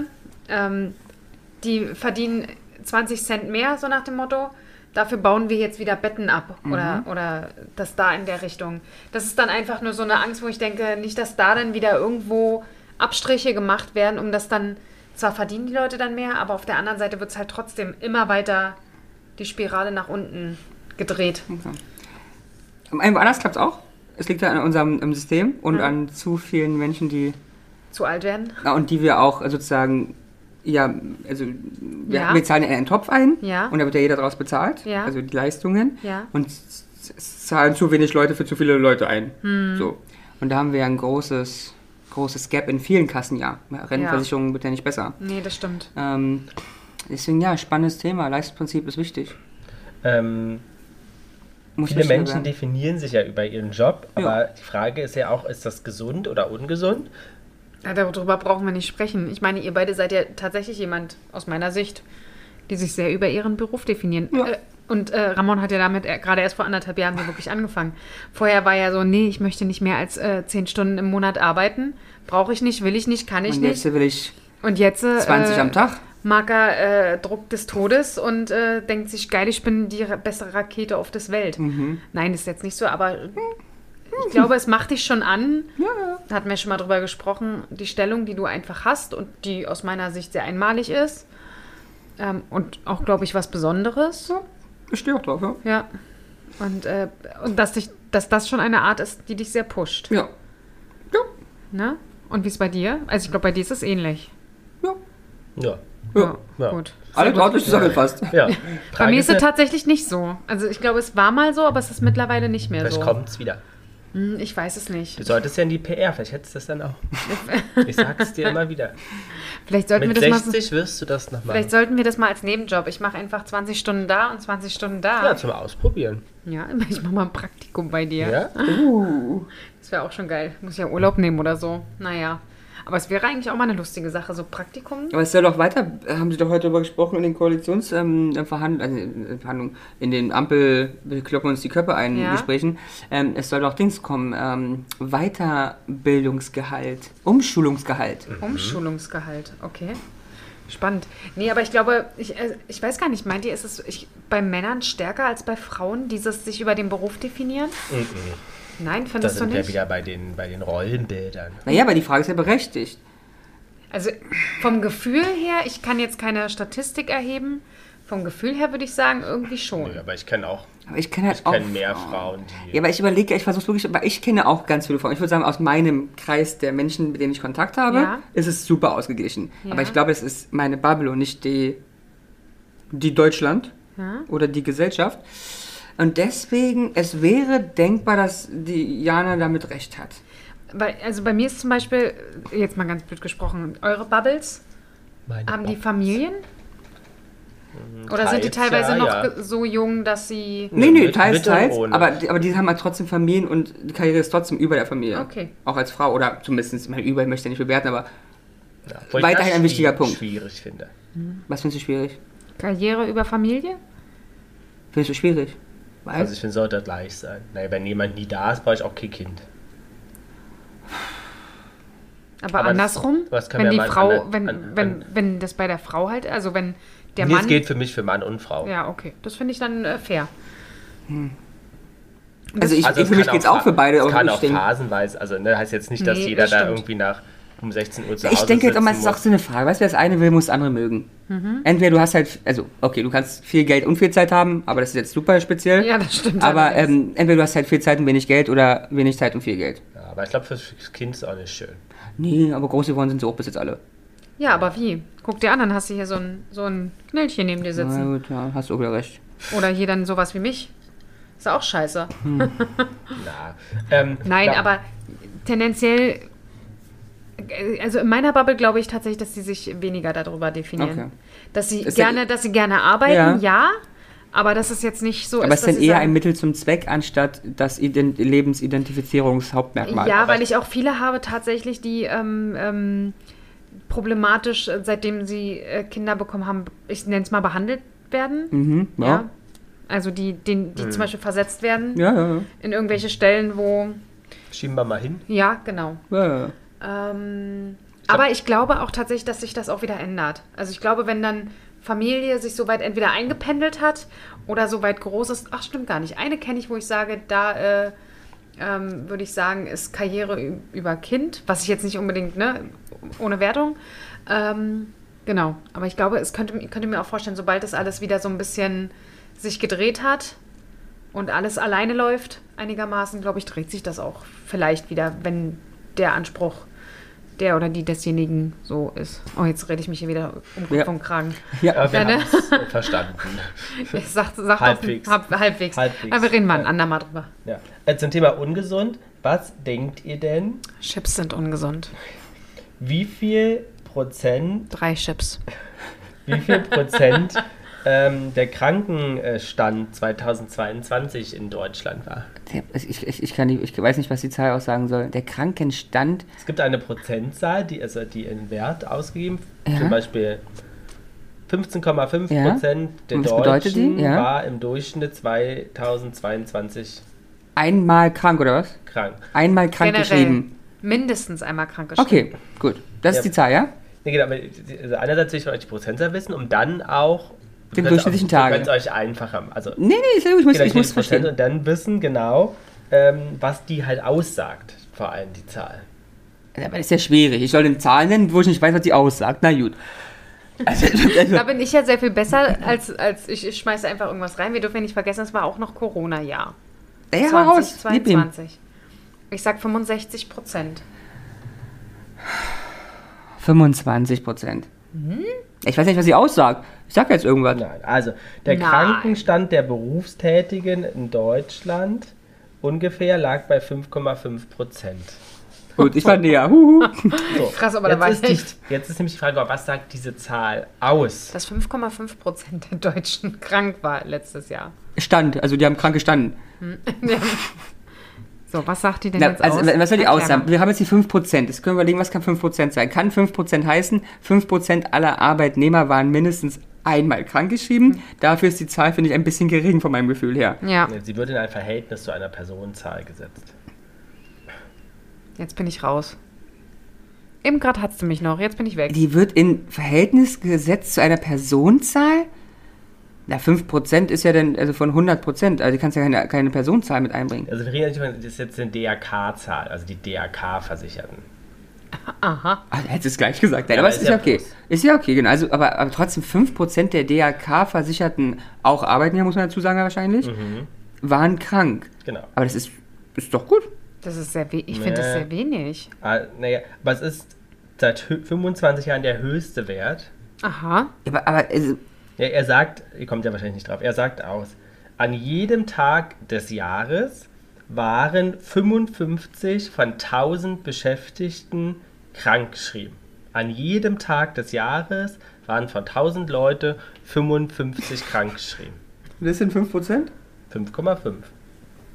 Ähm, die verdienen 20 Cent mehr, so nach dem Motto. Dafür bauen wir jetzt wieder Betten ab oder, oder das da in der Richtung. Das ist dann einfach nur so eine Angst, wo ich denke, nicht, dass da dann wieder irgendwo Abstriche gemacht werden, um das dann, zwar verdienen die Leute dann mehr, aber auf der anderen Seite wird es halt trotzdem immer weiter die Spirale nach unten gedreht.
Irgendwo anders klappt es auch. Es liegt ja an unserem ähm, System und an zu vielen Menschen, die
Zu alt werden.
Na, und die wir auch äh, sozusagen, ja, also wir,
Ja.
wir zahlen in einen Topf ein
Ja.
und da wird ja jeder daraus bezahlt,
Ja.
also die Leistungen.
Ja.
Und s- s- zahlen zu wenig Leute für zu viele Leute ein.
Hm.
So. Und da haben wir ja ein großes, großes Gap in vielen Kassen, ja. Rentenversicherung wird ja nicht besser.
Nee, das stimmt.
Ähm, deswegen ja, spannendes Thema. Leistungsprinzip ist wichtig.
Ähm,
Muss
viele
wichtiger
Menschen
werden.
definieren sich ja über ihren Job,
Ja.
aber die Frage ist ja auch, ist das gesund oder ungesund?
Ja, darüber brauchen wir nicht sprechen. Ich meine, ihr beide seid ja tatsächlich jemand, aus meiner Sicht, die sich sehr über ihren Beruf definieren.
Ja.
Äh, Und äh, Ramon hat ja damit äh, gerade erst vor anderthalb Jahren so wirklich angefangen. Vorher war ja so, nee, ich möchte nicht mehr als äh, zehn Stunden im Monat arbeiten. Brauche ich nicht, will ich nicht, kann ich
Und
nicht.
jetzt will ich
Und jetzt äh,
20 am Tag.
mag er äh, Druck des Todes und äh, denkt sich, geil, ich bin die ra- bessere Rakete auf das Welt. Nein, ist jetzt nicht so, aber ich glaube, es macht dich schon an. Da hatten wir schon mal drüber gesprochen, die Stellung, die du einfach hast und die aus meiner Sicht sehr einmalig ist. Ähm, und auch, glaube ich, was Besonderes.
Ich stehe auch drauf, ja.
Ja. Und, äh, und dass, dich, dass das schon eine Art ist, die dich sehr pusht.
Ja. Ja.
Ne? Und wie ist bei dir? Also ich glaube, bei dir ist es ähnlich.
Ja.
Ja.
ja.
Ja.
Gut.
Alle deutlich
(laughs)
zusammengefasst.
ja.
Bei
Frage
mir ist es
ja,
tatsächlich nicht so. Also ich glaube, es war mal so, aber es ist mittlerweile nicht mehr
Vielleicht
so.
kommt es wieder.
Hm, Ich weiß es nicht.
Du solltest ja in die PR, vielleicht hättest du
(laughs)
das dann auch. Ich sag's dir immer wieder.
Vielleicht sollten
Mit
wir das mal so,
60 wirst du das noch machen.
vielleicht sollten wir das mal als Nebenjob. Ich mache einfach 20 Stunden da und 20 Stunden
Ja,
da.
zum Ausprobieren.
Ja, (laughs) ich mache mal ein Praktikum bei dir.
Ja?
Uh. Das wäre auch schon geil. Muss ja Urlaub nehmen oder so. Naja. Aber es wäre eigentlich auch mal eine lustige Sache, so Praktikum.
Aber es soll doch weiter, haben Sie doch heute darüber gesprochen in den Koalitionsverhandlungen, ähm, Verhand- also in Verhandlungen, in den Ampel, wir kloppen uns die Köpfe ein,
Ja.
Gesprächen. Ähm, es soll doch Dings kommen, ähm, Weiterbildungsgehalt, Umschulungsgehalt.
Mhm.
Mhm.
Umschulungsgehalt, um okay. Spannend. Nee, aber ich glaube, ich, äh, ich weiß gar nicht, meint ihr, ist es ich, bei Männern stärker als bei Frauen, dieses sich über den Beruf definieren? Nein,
Mhm. Da
findest du
sind wir
nicht?
wieder bei den, bei den Rollenbildern.
Naja, aber die Frage ist ja berechtigt.
Also vom Gefühl her, ich kann jetzt keine Statistik erheben. Vom Gefühl her würde ich sagen, irgendwie schon.
Nö, aber ich kenne auch
Aber ich kenne halt auch.
kenn mehr Frauen, die.
Ja, aber ich überlege, ich versuche wirklich, aber ich kenne auch ganz viele Frauen. Ich würde sagen, aus meinem Kreis der Menschen, mit denen ich Kontakt habe,
Ja.
ist es super ausgeglichen.
Ja.
Aber ich glaube, es ist meine Bubble und nicht die, die Deutschland
Ja.
oder die Gesellschaft. Und deswegen, es wäre denkbar, dass die Jana damit recht hat.
Bei, also bei mir ist zum Beispiel, jetzt mal ganz blöd gesprochen, eure Bubbles,
Meine
haben die
Bo-
Familien? Oder sind die
Mhm. teils,
teilweise
ja,
noch
ja.
ge- so jung, dass sie...
Nee,
Ja,
nee,
mit-
teils,
mit und
teils.
ohne.
Aber, die- aber die haben halt trotzdem Familien und die Karriere ist trotzdem über der Familie.
Okay.
Auch als Frau oder zumindest, ich meine, über, ich möchte ja nicht bewerten, aber
Ja, obwohl ich
Weiterhin
das
ein wichtiger
schwierig-
Punkt.
Schwierig finde.
was findest du schwierig?
Karriere über Familie?
Findest du schwierig? Weiß?
Also ich finde, sollte das gleich sein. Naja, wenn jemand nie da ist, brauche ich auch kein Kind.
Aber,
Aber das-
andersrum,
das kann
wenn
man
die
ja mal
Frau,
an-
wenn,
an-
wenn, wenn das bei der Frau halt, also wenn der
nee,
Mann.
es gilt für mich für Mann und Frau.
Ja, okay. Das finde ich dann
(laughs)
äh, fair.
Also ich,
Also
ich,
es
für mich
kann
geht's auch für beide.
Es
aber
kann
ich
auch
denke-
phasenweise, also ne, heißt jetzt nicht, dass
Nee,
jeder
das
da
stimmt.
irgendwie nach um 16 Uhr zu Hause
Ich denke jetzt
sitzen
immer, es ist auch
muss.
so eine Frage. Weißt du, wer das eine will, muss das andere mögen.
Mhm.
Entweder du hast halt, also okay, du kannst viel Geld und viel Zeit haben, aber das ist jetzt super speziell.
Ja, das stimmt
Aber
allerdings.
ähm, entweder du hast halt viel Zeit und wenig Geld oder wenig Zeit und viel Geld.
Ja, aber ich glaube, fürs Kind ist auch nicht schön.
Nee, aber groß geworden sind sie auch bis jetzt alle.
Ja, aber wie? Guck dir an, dann hast du hier so ein, so ein Knöllchen neben dir
Na
sitzen.
gut, ja, hast du auch wieder recht.
Oder hier dann sowas wie mich. Ist auch scheiße.
Na, ähm,
Nein,
ja,
aber tendenziell also in meiner Bubble glaube ich tatsächlich, dass sie sich weniger darüber definieren.
Okay.
Dass sie
Ist ja- eh-
gerne, dass sie gerne arbeiten, ja.
Ja.
aber dass es jetzt nicht so
Aber
ist,
es ist
dass
dann
sie
eher
sagen-
ein Mittel zum Zweck, anstatt das Ident Lebensidentifizierungshauptmerkmal.
Ja,
Aber
weil
ich-
ich auch viele habe tatsächlich, die ähm, ähm, problematisch, äh, seitdem sie äh, Kinder bekommen haben, ich nenne es mal behandelt werden.
Mhm,
Ja.
ja.
Also die, den, die zum Beispiel versetzt werden
Ja, ja,
in irgendwelche Stellen, wo.
Schieben wir mal hin.
Ja, genau.
ja. ja.
Ähm, aber ich glaube auch tatsächlich, dass sich das auch wieder ändert. Also ich glaube, wenn dann Familie sich so weit entweder eingependelt hat oder so weit groß ist, ach stimmt gar nicht. Eine kenne ich, wo ich sage, da äh, ähm, würde ich sagen, ist Karriere ü- über Kind, was ich jetzt nicht unbedingt, ne, ohne Wertung. Ähm, genau, aber ich glaube, es könnte, ich könnte mir auch vorstellen, sobald das alles wieder so ein bisschen sich gedreht hat und alles alleine läuft, einigermaßen, glaube ich, dreht sich das auch vielleicht wieder, wenn der Anspruch der oder die desjenigen so ist. Oh, jetzt rede ich mich hier wieder um Kopf
Ja.
und Kragen. (laughs)
Ja, wir
Ja, ne?
haben es äh, verstanden.
Ich sag, sag doch-
Halbwegs.
Halb, halbwegs.
Halbwegs.
Aber wir reden mal ein
Ja.
andermal drüber.
Ja. Äh, Zum Thema ungesund, was denkt ihr denn?
Chips sind ungesund.
Wie viel Prozent,
Drei Chips.
wie viel Prozent ähm, der Krankenstand 2022 in Deutschland war?
Der- also Ich, ich, ich, kann nicht, ich weiß nicht, was die Zahl aussagen soll. Der Krankenstand
Es gibt eine Prozentzahl, die, also die in Wert ausgegeben,
Ja.
zum Beispiel 15,5
Ja.
Prozent der
Und was bedeutet die?
Deutschen
Ja.
war im Durchschnitt 2022
einmal krank, oder was?
krank.
Einmal krank geschrieben.
Mindestens einmal krank geschrieben.
Okay, gut. Das
Ja.
ist die Zahl, ja?
Nee, genau, aber also einerseits will ich von euch die Prozentzahl wissen, um dann auch...
Den
du kannst
durchschnittlichen
auch-
Tage.
Du könnt euch einfacher... Also
Nee, nee, ist ja gut, ich muss,
Vielleicht
ich muss
nicht Prozent
verstehen.
und dann wissen genau, ähm, was die halt aussagt, vor allem die Zahl.
Aber das ist ja schwierig. Ich soll den Zahlen nennen, wo ich nicht weiß, was die aussagt. Na gut. Also, also,
Da bin ich ja sehr viel besser, als, als ich, ich schmeiße einfach irgendwas rein. Wir dürfen ja nicht vergessen, es war auch noch Corona-Jahr.
ja, hau raus. Gib ihm.
2022. Ich sag 65 Prozent.
25 Prozent. Ich weiß nicht, was sie aussagt. Ich sag jetzt irgendwas.
Nein, also der
Nein.
Krankenstand der Berufstätigen in Deutschland ungefähr lag bei 5,5 Prozent.
Gut, ich war näher. Huhu.
So,
Krass, aber da
jetzt,
war
ist
ich
die,
echt.
jetzt ist nämlich die Frage, was sagt diese Zahl aus?
Dass 5,5 Prozent der Deutschen (laughs) krank war letztes Jahr.
Stand, also die haben krank gestanden.
So, was sagt die denn
Na,
jetzt
also,
aus?
was soll die
Erklär
Aussage?
mal.
Wir haben jetzt die 5%. Jetzt können wir überlegen, was kann 5% sein? Kann 5% heißen, 5% aller Arbeitnehmer waren mindestens einmal krankgeschrieben?
Hm.
Dafür ist die Zahl, finde ich, ein bisschen gering von meinem Gefühl her.
Ja,
Sie wird in ein Verhältnis zu einer Personenzahl gesetzt.
jetzt bin ich raus. Eben gerade hattest du mich noch, jetzt bin ich weg.
Die wird in Verhältnis gesetzt zu einer Personenzahl? Na, 5% ist ja dann, also von 100%, also du kannst ja keine, keine Personenzahl mit einbringen.
Also wir reden nicht über, das ist jetzt eine DRK-Zahl, also die DRK-Versicherten.
Aha.
Ah, hättest du es gleich gesagt, nein,
Ja,
aber
aber
es
ist
ist
ja
ja okay.
Plus.
Ist ja okay, genau. Also, aber, aber trotzdem 5% der DAK-Versicherten, auch Arbeitnehmer, muss man dazu sagen wahrscheinlich,
Mhm.
waren krank.
Genau.
Aber das ist, ist doch gut.
Das ist sehr wenig. Ich finde das
Nee.
sehr wenig.
Ah, naja, aber es ist seit hö- 25 Jahren der höchste Wert.
Aha.
Aber, aber also,
Ja, er sagt, ihr kommt ja wahrscheinlich nicht drauf, er sagt aus, an jedem Tag des Jahres waren 55 von 1000 Beschäftigten krankgeschrieben. An jedem Tag des Jahres waren von 1000 Leute 55 krankgeschrieben.
das sind 5%?
5,5.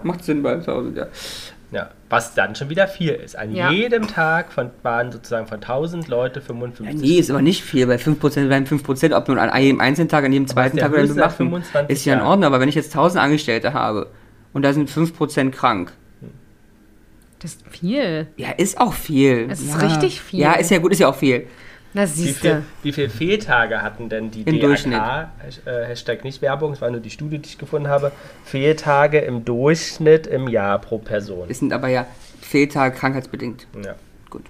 Macht Sinn bei 1000, ja.
Ja, was dann schon wieder viel ist. An
Ja.
jedem Tag von, waren sozusagen von 1000 Leute 55.
Ja, nee, ist aber nicht viel, weil 5% bleiben 5%, ob nun an jedem einzelnen Tag, an jedem zweiten
ist der
Tag oder
höchste
dem
seit
achten,
25
ist ja in
Jahren.
Ordnung, aber wenn ich jetzt 1000 Angestellte habe und da sind 5% krank,
Das ist viel.
ja, ist auch viel.
Es ist
ja.
richtig viel.
Ja, ist ja gut, ist ja auch viel.
Na,
Wie
siehst
viel,
du.
wie viel Fehltage hatten denn die
Im Durchschnitt.
DRK, äh, Hashtag nicht Werbung, es war nur die Studie, die ich gefunden habe, Fehltage im Durchschnitt im Jahr pro Person.
Es sind aber ja Fehltage krankheitsbedingt.
Ja.
Gut.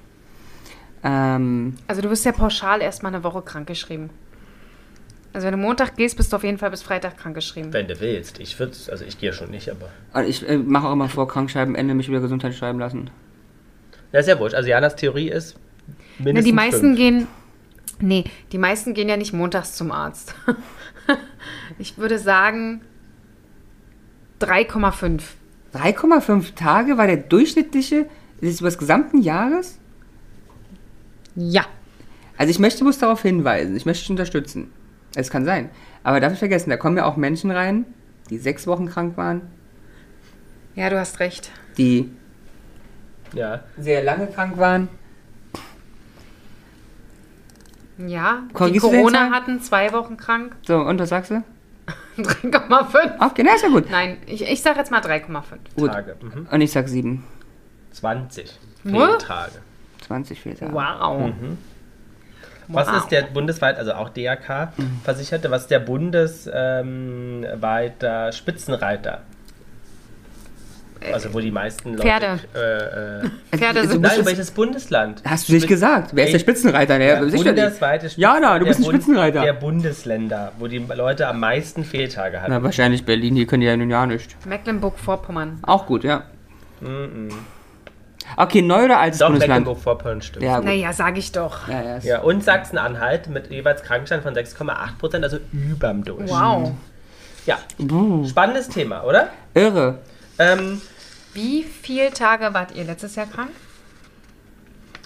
Ähm,
Also, du bist ja pauschal erstmal eine Woche krankgeschrieben. Also, wenn du Montag gehst, bist du auf jeden Fall bis Freitag krankgeschrieben.
Wenn du willst. Ich würde also ich gehe schon nicht, aber.
und ich äh, mache auch immer vor, Krankschreibenende mich über Gesundheit schreiben lassen.
Das ist ja wurscht. Also Janas Theorie ist
Ne,
mindestens
die meisten
fünf.
gehen. Nee, die meisten gehen ja nicht montags zum Arzt. (laughs) ich würde sagen 3,5.
3,5 Tage war der durchschnittliche, das ist über des gesamten Jahres?
Ja.
Also ich möchte bloß darauf hinweisen, ich möchte dich unterstützen. Es kann sein. Aber darf ich vergessen, da kommen ja auch Menschen rein, die sechs Wochen krank waren,
Ja, du hast recht.
die
Ja.
sehr lange krank waren.
Ja, die
Korrigierst du den
Corona
Zahlen?
hatten, zwei Wochen krank. (laughs)
So, und was sagst du?
3,5.
Okay, na ist ja gut.
Nein, ich, ich sag jetzt mal 3,5.
Gut.
Tage. Mhm.
Und ich sag sieben.
20
Nur?
Fehltage.
20 Fehltage.
Wow.
Mhm. Was
Wow. Mhm.
ist der bundesweit, also auch DRK versicherte, was ist der bundesweiter ähm, weiter Spitzenreiter? Also wo die meisten Leute.
Äh, Pferde.
Äh, äh,
Pferde
Also, du bist
sind-
nein,
jetzt-
welches Bundesland?
Hast du nicht gesagt? Wer ist der Spitzenreiter? Der,
Der
ja,
bundesweite Spitzenreiter.
Jana, du bist ein
der Bund-
Spitzenreiter.
Der Bundesländer, wo die Leute am meisten Fehltage hatten.
Na, wahrscheinlich Berlin, die können ja nun ja nicht.
Mecklenburg-Vorpommern.
Auch gut, ja. Okay, neu oder altes
Doch,
Bundesland?
Mecklenburg-Vorpommern stimmt.
Ja, gut.
Naja, sag ich doch.
Ja, ja, ist-
Ja, und Sachsen-Anhalt mit jeweils Krankstand von 6,8 Prozent, also überm Durchschnitt.
Wow.
Ja, spannendes Thema, oder?
Irre.
Ähm,
Wie viele Tage wart ihr letztes Jahr krank?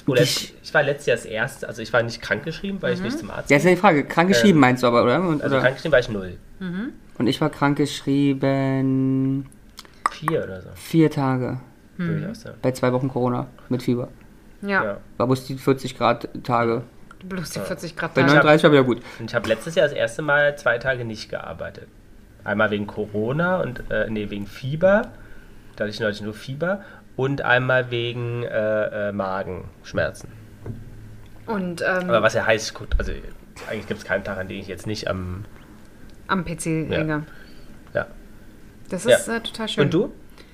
oder ich, ich war letztes Jahr das erste, also ich war nicht krankgeschrieben, weil ich nicht zum Arzt
Ja, ist ja die Frage. Krankgeschrieben meinst du aber, oder? Und,
Äh. Also
oder?
krankgeschrieben war ich null.
Und ich war krankgeschrieben
Vier oder so.
vier Tage.
Würde ich auch sagen.
Bei zwei Wochen Corona mit Fieber.
Ja,
Ja.
War bloß die 40 Grad Tage.
Ah,
bloß die 40 Grad
Bei
Tage.
39 war wieder gut.
Und ich habe letztes Jahr das erste Mal zwei Tage nicht gearbeitet. Einmal wegen Corona und äh, nee, wegen Fieber. Da hatte ich neulich nur Fieber. Und einmal wegen äh, äh, Magenschmerzen.
Mhm.
Und ähm,
Aber was ja heißt, gut, also eigentlich gibt es keinen Tag, an dem ich jetzt nicht am.
am PC hänge.
Ja.
Das
Ja.
ist äh, total schön.
Und du?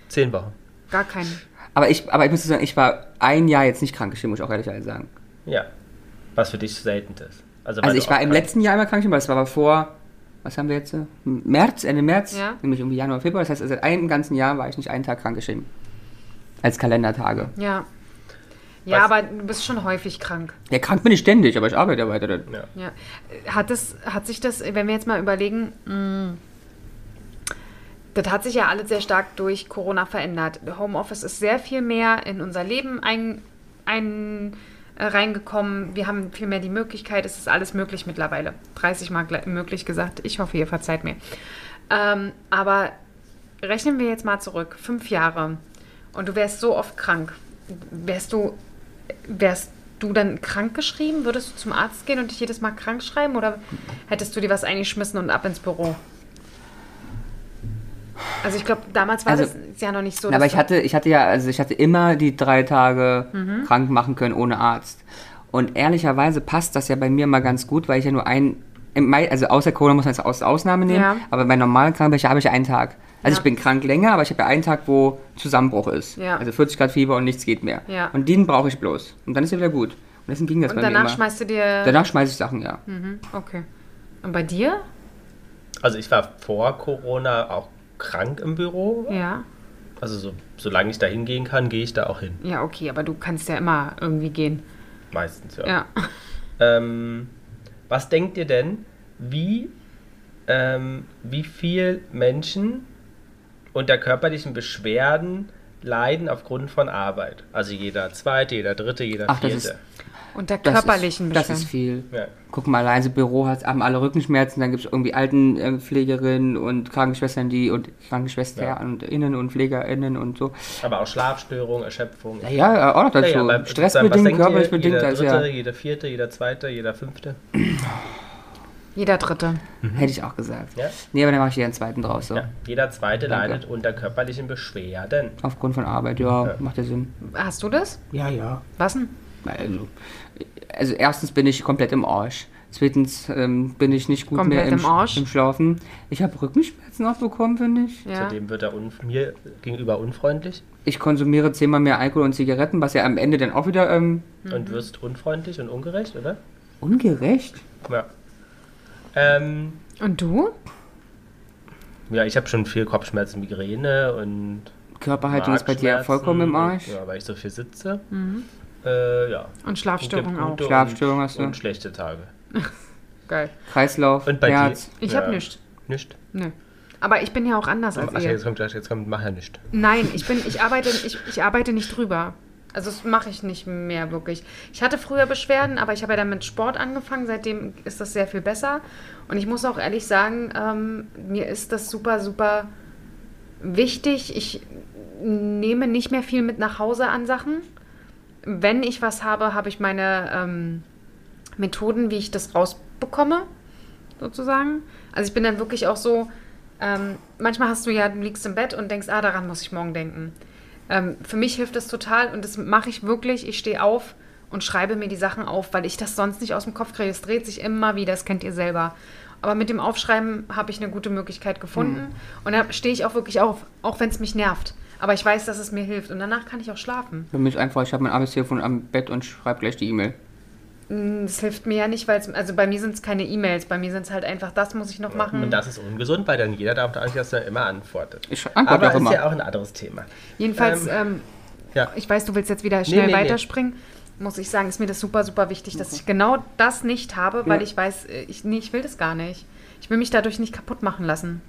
Zehn Wochen.
Gar keinen.
Aber ich, aber ich muss sagen, ich war ein Jahr jetzt nicht krankgeschrieben, muss ich auch ehrlich sagen.
Ja. Was für dich selten ist. weil
Also
du
ich war
auch
im
krank-
letzten Jahr einmal krank, aber das war aber vor, was haben wir jetzt? äh, März, Ende März,
Ja.
nämlich irgendwie Januar, Februar. Das heißt, seit einem ganzen Jahr war ich nicht einen Tag krankgeschrieben. Als Kalendertage.
Ja. Ja,
Was-
aber du bist schon häufig krank.
Ja, krank bin ich ständig, aber ich arbeite ja weiter.
Ja.
Ja. Hat, das, hat sich das, wenn wir jetzt mal überlegen, mh, das hat sich ja alles sehr stark durch Corona verändert. Homeoffice ist sehr viel mehr in unser Leben ein, ein, äh, reingekommen. Wir haben viel mehr die Möglichkeit, es ist alles möglich mittlerweile. 30 Mal gle- möglich gesagt. Ich hoffe, ihr verzeiht mir. Ähm, aber rechnen wir jetzt mal zurück, fünf Jahre und du wärst so oft krank, wärst du, wärst du dann krank geschrieben? Würdest du zum Arzt gehen und dich jedes Mal krank schreiben oder hättest du dir was eingeschmissen und ab ins Büro? Also ich glaube, damals war
Also-
das ja noch nicht so.
Na, aber ich
dass du-
hatte, ich hatte ja, also ich hatte immer die drei Tage
Mhm.
krank machen können ohne Arzt. Und ehrlicherweise passt das ja bei mir mal ganz gut, weil ich ja nur ein, im Mai, also außer Corona muss man jetzt aus Ausnahme nehmen,
Ja.
aber bei normalen Krankheiten habe ich ja einen Tag. Also
Ja.
ich bin krank länger, aber ich habe ja einen Tag, wo Zusammenbruch ist.
Ja.
Also 40 Grad Fieber und nichts geht mehr.
Ja.
Und den brauche ich bloß. Und dann ist ja wieder gut. Und deswegen ging das
und
bei mir
danach
immer.
schmeißt du dir.
Danach schmeiße ich Sachen, ja.
Mhm, okay. Und bei dir?
Also ich war vor Corona auch krank im Büro.
Mhm.
Ja.
Also so, solange ich da hingehen kann, gehe ich da auch hin.
Ja, okay, aber du kannst ja immer irgendwie gehen.
Meistens, ja.
Ja.
Ähm, was denkt ihr denn, wie, ähm, wie viel Menschen unter körperlichen Beschwerden leiden aufgrund von Arbeit? Also jeder zweite, jeder dritte, jeder
Ach, das
vierte.
ist-
Unter
Das
körperlichen
ist, Das
Beschwerden.
ist viel.
Ja.
Guck mal, allein so Büro hat, haben alle Rückenschmerzen, dann gibt es irgendwie Altenpflegerinnen und Krankenschwestern, die und Krankenschwestern
Ja.
und Innen und PflegerInnen und so.
Aber auch Schlafstörung, Erschöpfung.
Ja, ja, äh, auch noch dazu.
aber was
Stressbedingt,
denkt ihr?
körperlich bedingt,
Jeder
also
dritte,
ja,
jeder vierte, jeder zweite, jeder fünfte.
Jeder Dritte.
hätte ich auch gesagt.
Ja.
Nee, aber dann mache ich hier einen zweiten draus, so.
Ja, jeder zweite
Danke.
leidet unter körperlichen Beschwerden.
Aufgrund von Arbeit, ja,
Ja.
macht ja Sinn.
Hast du das?
Ja, ja.
Was denn?
Also, also erstens bin ich komplett im Arsch. Zweitens ähm, bin ich nicht gut
Komplett
mehr im,
im Arsch?
Sch- im Schlafen. Ich habe Rückenschmerzen auch bekommen, finde ich.
Ja.
Zudem wird er un mir gegenüber unfreundlich
Ich konsumiere zehnmal mehr Alkohol und Zigaretten, was ja am Ende dann auch wieder ähm,
und wirst unfreundlich und ungerecht, oder?
ungerecht.
Ja. Ähm,
Und du?
ja, ich habe schon viel Kopfschmerzen, Migräne und
Körperhaltung ist bei dir ja
Magenschmerzen
vollkommen im
und-
Arsch.
Ja, weil ich so viel sitze. Äh, ja.
Und
Es gibt
Mhm. Schlafstörung auch.
gute
Schlafstörung
und,
hast du.
Und schlechte Tage.
Geil.
Kreislauf,
Und bei
Herz.
dir?
Ich
Ja.
habe nichts.
Nicht?
Nö. Aber ich bin ja auch anders
Ach,
als ihr.
ja, jetzt kommt, jetzt kommt, mach ja nicht.
Nein, ich bin, ich arbeite, ich, ich arbeite nicht drüber. Also das mache ich nicht mehr wirklich. Ich hatte früher Beschwerden, aber ich habe ja dann mit Sport angefangen. Seitdem ist das sehr viel besser. Und ich muss auch ehrlich sagen, ähm, mir ist das super, super wichtig. Ich nehme nicht mehr viel mit nach Hause an Sachen. Wenn ich was habe, habe ich meine ähm, Methoden, wie ich das rausbekomme, sozusagen. Also ich bin dann wirklich auch so, ähm, manchmal hast du ja, du liegst im Bett und denkst, ah, daran muss ich morgen denken. Ähm, für mich hilft das total und das mache ich wirklich. Ich stehe auf und schreibe mir die Sachen auf, weil ich das sonst nicht aus dem Kopf kriege. Es dreht sich immer wieder, das kennt ihr selber. Aber mit dem Aufschreiben habe ich eine gute Möglichkeit gefunden. Und da stehe ich auch wirklich auf, auch wenn es mich nervt. Aber ich weiß, dass es mir hilft. Und danach kann ich auch schlafen.
Für mich einfach, ich habe mein Arbeitstelefon am Bett und schreibe gleich die E-Mail.
Das hilft mir ja nicht, weil es, also bei mir sind es keine E-Mails, bei mir sind es halt einfach, das muss ich noch machen.
Und das ist ungesund, weil dann jeder darf eigentlich, dass er immer antwortet.
Ich antworte
Aber
auch immer.
ist ja auch ein anderes Thema.
Jedenfalls, ähm,
Ja.
ich weiß, du willst jetzt wieder schnell
nee, Mhm. nee.
weiterspringen. Muss ich sagen, ist mir das super, super wichtig, dass ich genau das nicht habe, weil
Ja.
ich weiß, äh, ich, nee, ich will das gar nicht. Ich will mich dadurch nicht kaputt machen lassen.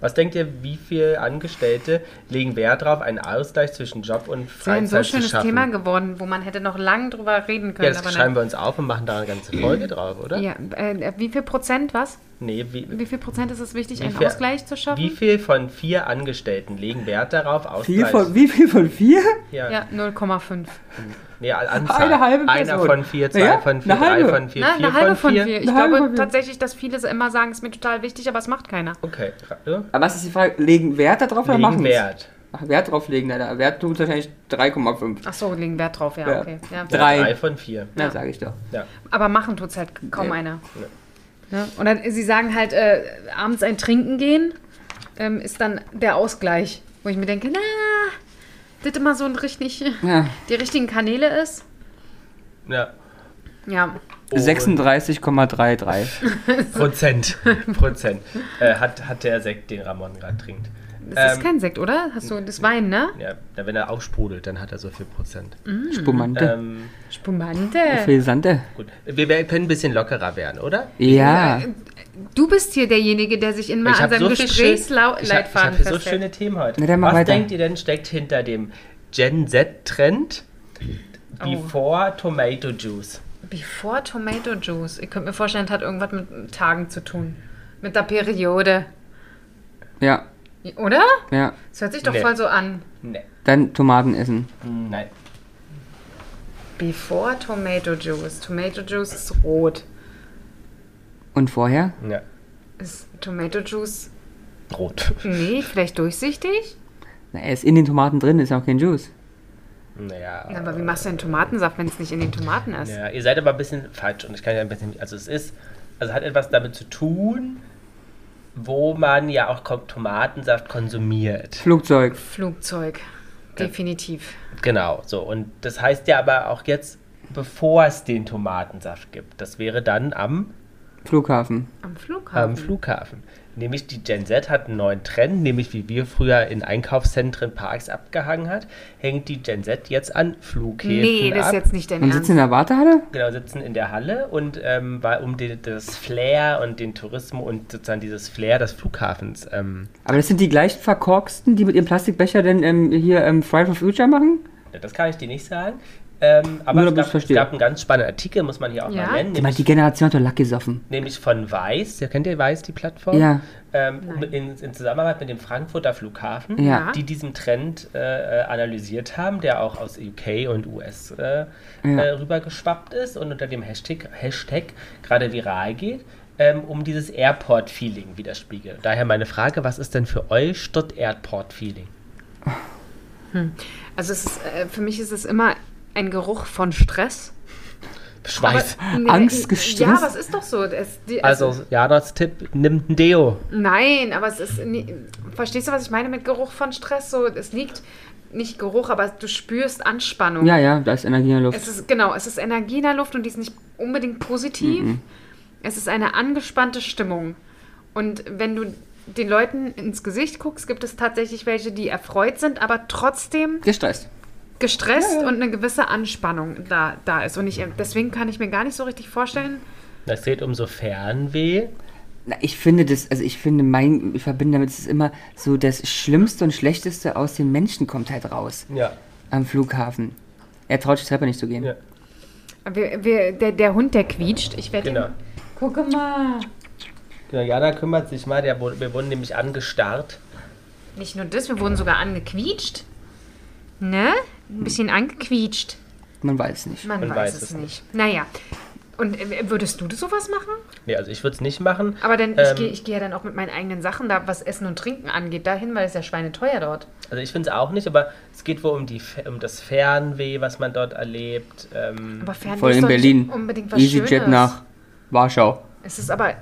Was denkt ihr, wie viele Angestellte legen Wert darauf, einen Ausgleich zwischen Job und
Es wäre ein
Freizeit
so
zu
schönes
schaffen?
Thema geworden, wo man hätte noch lange drüber reden
ja,
können.
das
aber
schreiben
nein.
wir uns auf und machen da eine ganze Folge drauf, oder?
ja, äh, wie viel Prozent, was?
Nee, wie,
Wie viel Prozent ist es wichtig, einen
viel-
Ausgleich zu schaffen?
Wie viel von vier Angestellten legen Wert darauf,
Viel
Ausgleich?
von, wie viel von vier?
ja.
Ja, 0,5.
Nee, Anzahl.
Eine halbe
Einer
Person.
von vier, zwei
Ja,
von vier,
eine
drei
halbe.
von vier,
Na,
vier
eine halbe
von vier.
Ich
Eine halbe
glaube
von vier.
tatsächlich, dass viele immer sagen, es ist mir total wichtig, aber es macht keiner.
Okay, gerade.
Aber was ist die Frage, legen Wert darauf oder
Legen
machen es?
Wert.
Ach, Wert drauf legen, Alter. Wert tut wahrscheinlich 3,5.
Ach so, legen Wert drauf, ja,
Ja.
okay. Ja.
Drei.
Drei von vier.
Na,
Ja.
sag ich doch.
Ja.
Aber machen tut's halt kaum
Nee.
einer.
Nee.
Ne? Und dann, sie sagen halt, äh, abends ein Trinken gehen ähm, ist dann der Ausgleich, wo ich mir denke, na, das immer so ein richtig,
Ja.
die richtigen Kanäle ist.
ja.
Ja,
Und Hm.
36,33.
(laughs)
Prozent. Prozent. äh, hat, hat der Sekt, den Ramon gerade trinkt.
das ist
Ähm,
kein Sekt, oder? Hast du das Wein, ne?
Ja, na, wenn er auch sprudelt, dann hat er so viel Prozent.
Mhm.
Spumante.
Ähm,
Spumante.
Frisante.
gut. Wir wer- können ein bisschen lockerer werden, oder?
Ja.
Äh, Du bist hier derjenige, der sich immer
Ich
an
hab
seinem
so viel schön- Ich hab- ich hab
Gesprächsleitfaden
hier so
festhält.
schöne Themen heute.
Na, dann mach
Was
weiter.
denkt ihr denn steckt hinter dem Gen Z-Trend?
Oh.
Before Tomato Juice.
Before Tomato Juice. Ich könnte mir vorstellen, das hat irgendwas mit Tagen zu tun. Mit der Periode.
Ja.
Oder?
Ja.
Das hört sich doch
Nee.
voll so an.
Nee.
Dann Tomaten essen.
Hm, Nein.
Before Tomato Juice. Tomato Juice ist rot.
Und vorher?
Ja.
Ist Tomato Juice,
Rot.
nee, vielleicht durchsichtig?
Na, er ist in den Tomaten drin, ist auch kein Juice.
Naja.
Na, Aber wie machst du denn Tomatensaft, wenn es nicht in den Tomaten ist?
Ja, ihr seid aber ein bisschen falsch und ich kann ja ein bisschen, also es ist, also hat etwas damit zu tun, wo man ja auch Ko-
(laughs)
Tomatensaft konsumiert.
Flugzeug.
Flugzeug. Definitiv.
Genau, so. Und das heißt ja aber auch jetzt, bevor es den Tomatensaft gibt. Das wäre dann am,
Flughafen.
Am Flughafen.
am Flughafen. Nämlich die Gen Z hat einen neuen Trend, nämlich wie wir früher in Einkaufszentren Parks abgehangen hat, hängt die Gen Z jetzt an Flughäfen
nee, das ist
ab.
jetzt nicht dein
Man sitzt in
Ernst.
der Wartehalle?
genau, sitzen in der Halle und ähm, war um den, das Flair und den Tourismus und sozusagen dieses Flair des Flughafens. Ähm,
Aber das sind die gleichen Verkorksten, die mit ihrem Plastikbecher denn ähm, hier ähm, Friday for Future machen?
das kann ich dir nicht sagen. Ähm, aber
Nur, damit ich's
es gab, es
verstehe.
gab einen ganz spannenden Artikel, muss man hier auch
Ja?
mal nennen,
Ich meine,
nämlich,
die Generation hat doch Lack gesoffen.
nämlich von Weiß. Ja, kennt ihr Weiß, die Plattform?
Ja.
Ähm, mit- in, in Zusammenarbeit mit dem Frankfurter Flughafen,
Ja.
die diesen Trend äh, äh, analysiert haben, der auch aus UK und US äh,
Ja.
äh, rübergeschwappt ist und unter dem Hashtag, Hashtag gerade viral geht, ähm, um dieses Airport-Feeling widerspiegelt. Daher meine Frage, was ist denn für euch Stutt Airport-Feeling?
Also es ist, äh, für mich ist es immer ein Geruch von Stress.
Schweiß.
Aber- nee,
Angst,
Ja,
Stress?
was ist doch so? Es, die, es,
also, Janas Tipp, nimmt ein Deo.
Nein, aber es ist. nie- Verstehst du, was ich meine mit Geruch von Stress? So, es liegt nicht Geruch, aber du spürst Anspannung.
Ja, ja, da ist Energie in der
Es
Luft.
ist genau, es ist Energie in der Luft und die ist nicht unbedingt positiv. Es ist eine angespannte Stimmung. Und wenn du den Leuten ins Gesicht guckst, gibt es tatsächlich welche, die erfreut sind, aber trotzdem
Gestresst.
gestresst und eine gewisse Anspannung da, da ist. Und ich, deswegen kann ich mir gar nicht so richtig vorstellen,
Das geht um so Fernweh.
Na, ich finde das, also ich finde mein, ich verbinde damit, es ist immer so, das Schlimmste und Schlechteste aus den Menschen kommt halt raus
Ja.
am Flughafen. Er traut sich die Treppe nicht zu gehen.
Ja.
Wir, wir, der, der Hund, der quietscht. Ich werde
Genau.
ihn. Gucke mal.
Genau, Jana kümmert sich mal, der, wurde- wir wurden nämlich angestarrt.
Nicht nur das, wir wurden sogar angequietscht. Ne? Ein bisschen angequietscht.
Man weiß nicht.
Man, weiß, es nicht. Naja. Und äh, würdest du sowas machen?
Nee, also ich würde es nicht machen.
Aber dann,
Ähm.
ich gehe ich geh ja dann auch mit meinen eigenen Sachen da, was Essen und Trinken angeht, dahin, weil es ja schweineteuer dort.
Also ich finde es auch nicht, aber es geht wohl um, die, Fe- um das Fernweh, was man dort erlebt. Ähm,
Aber Fernweh
Vor allem
ist
in
doch nicht
Berlin.
Unbedingt was
EasyJet
Schönes.
nach Warschau.
Es ist aber,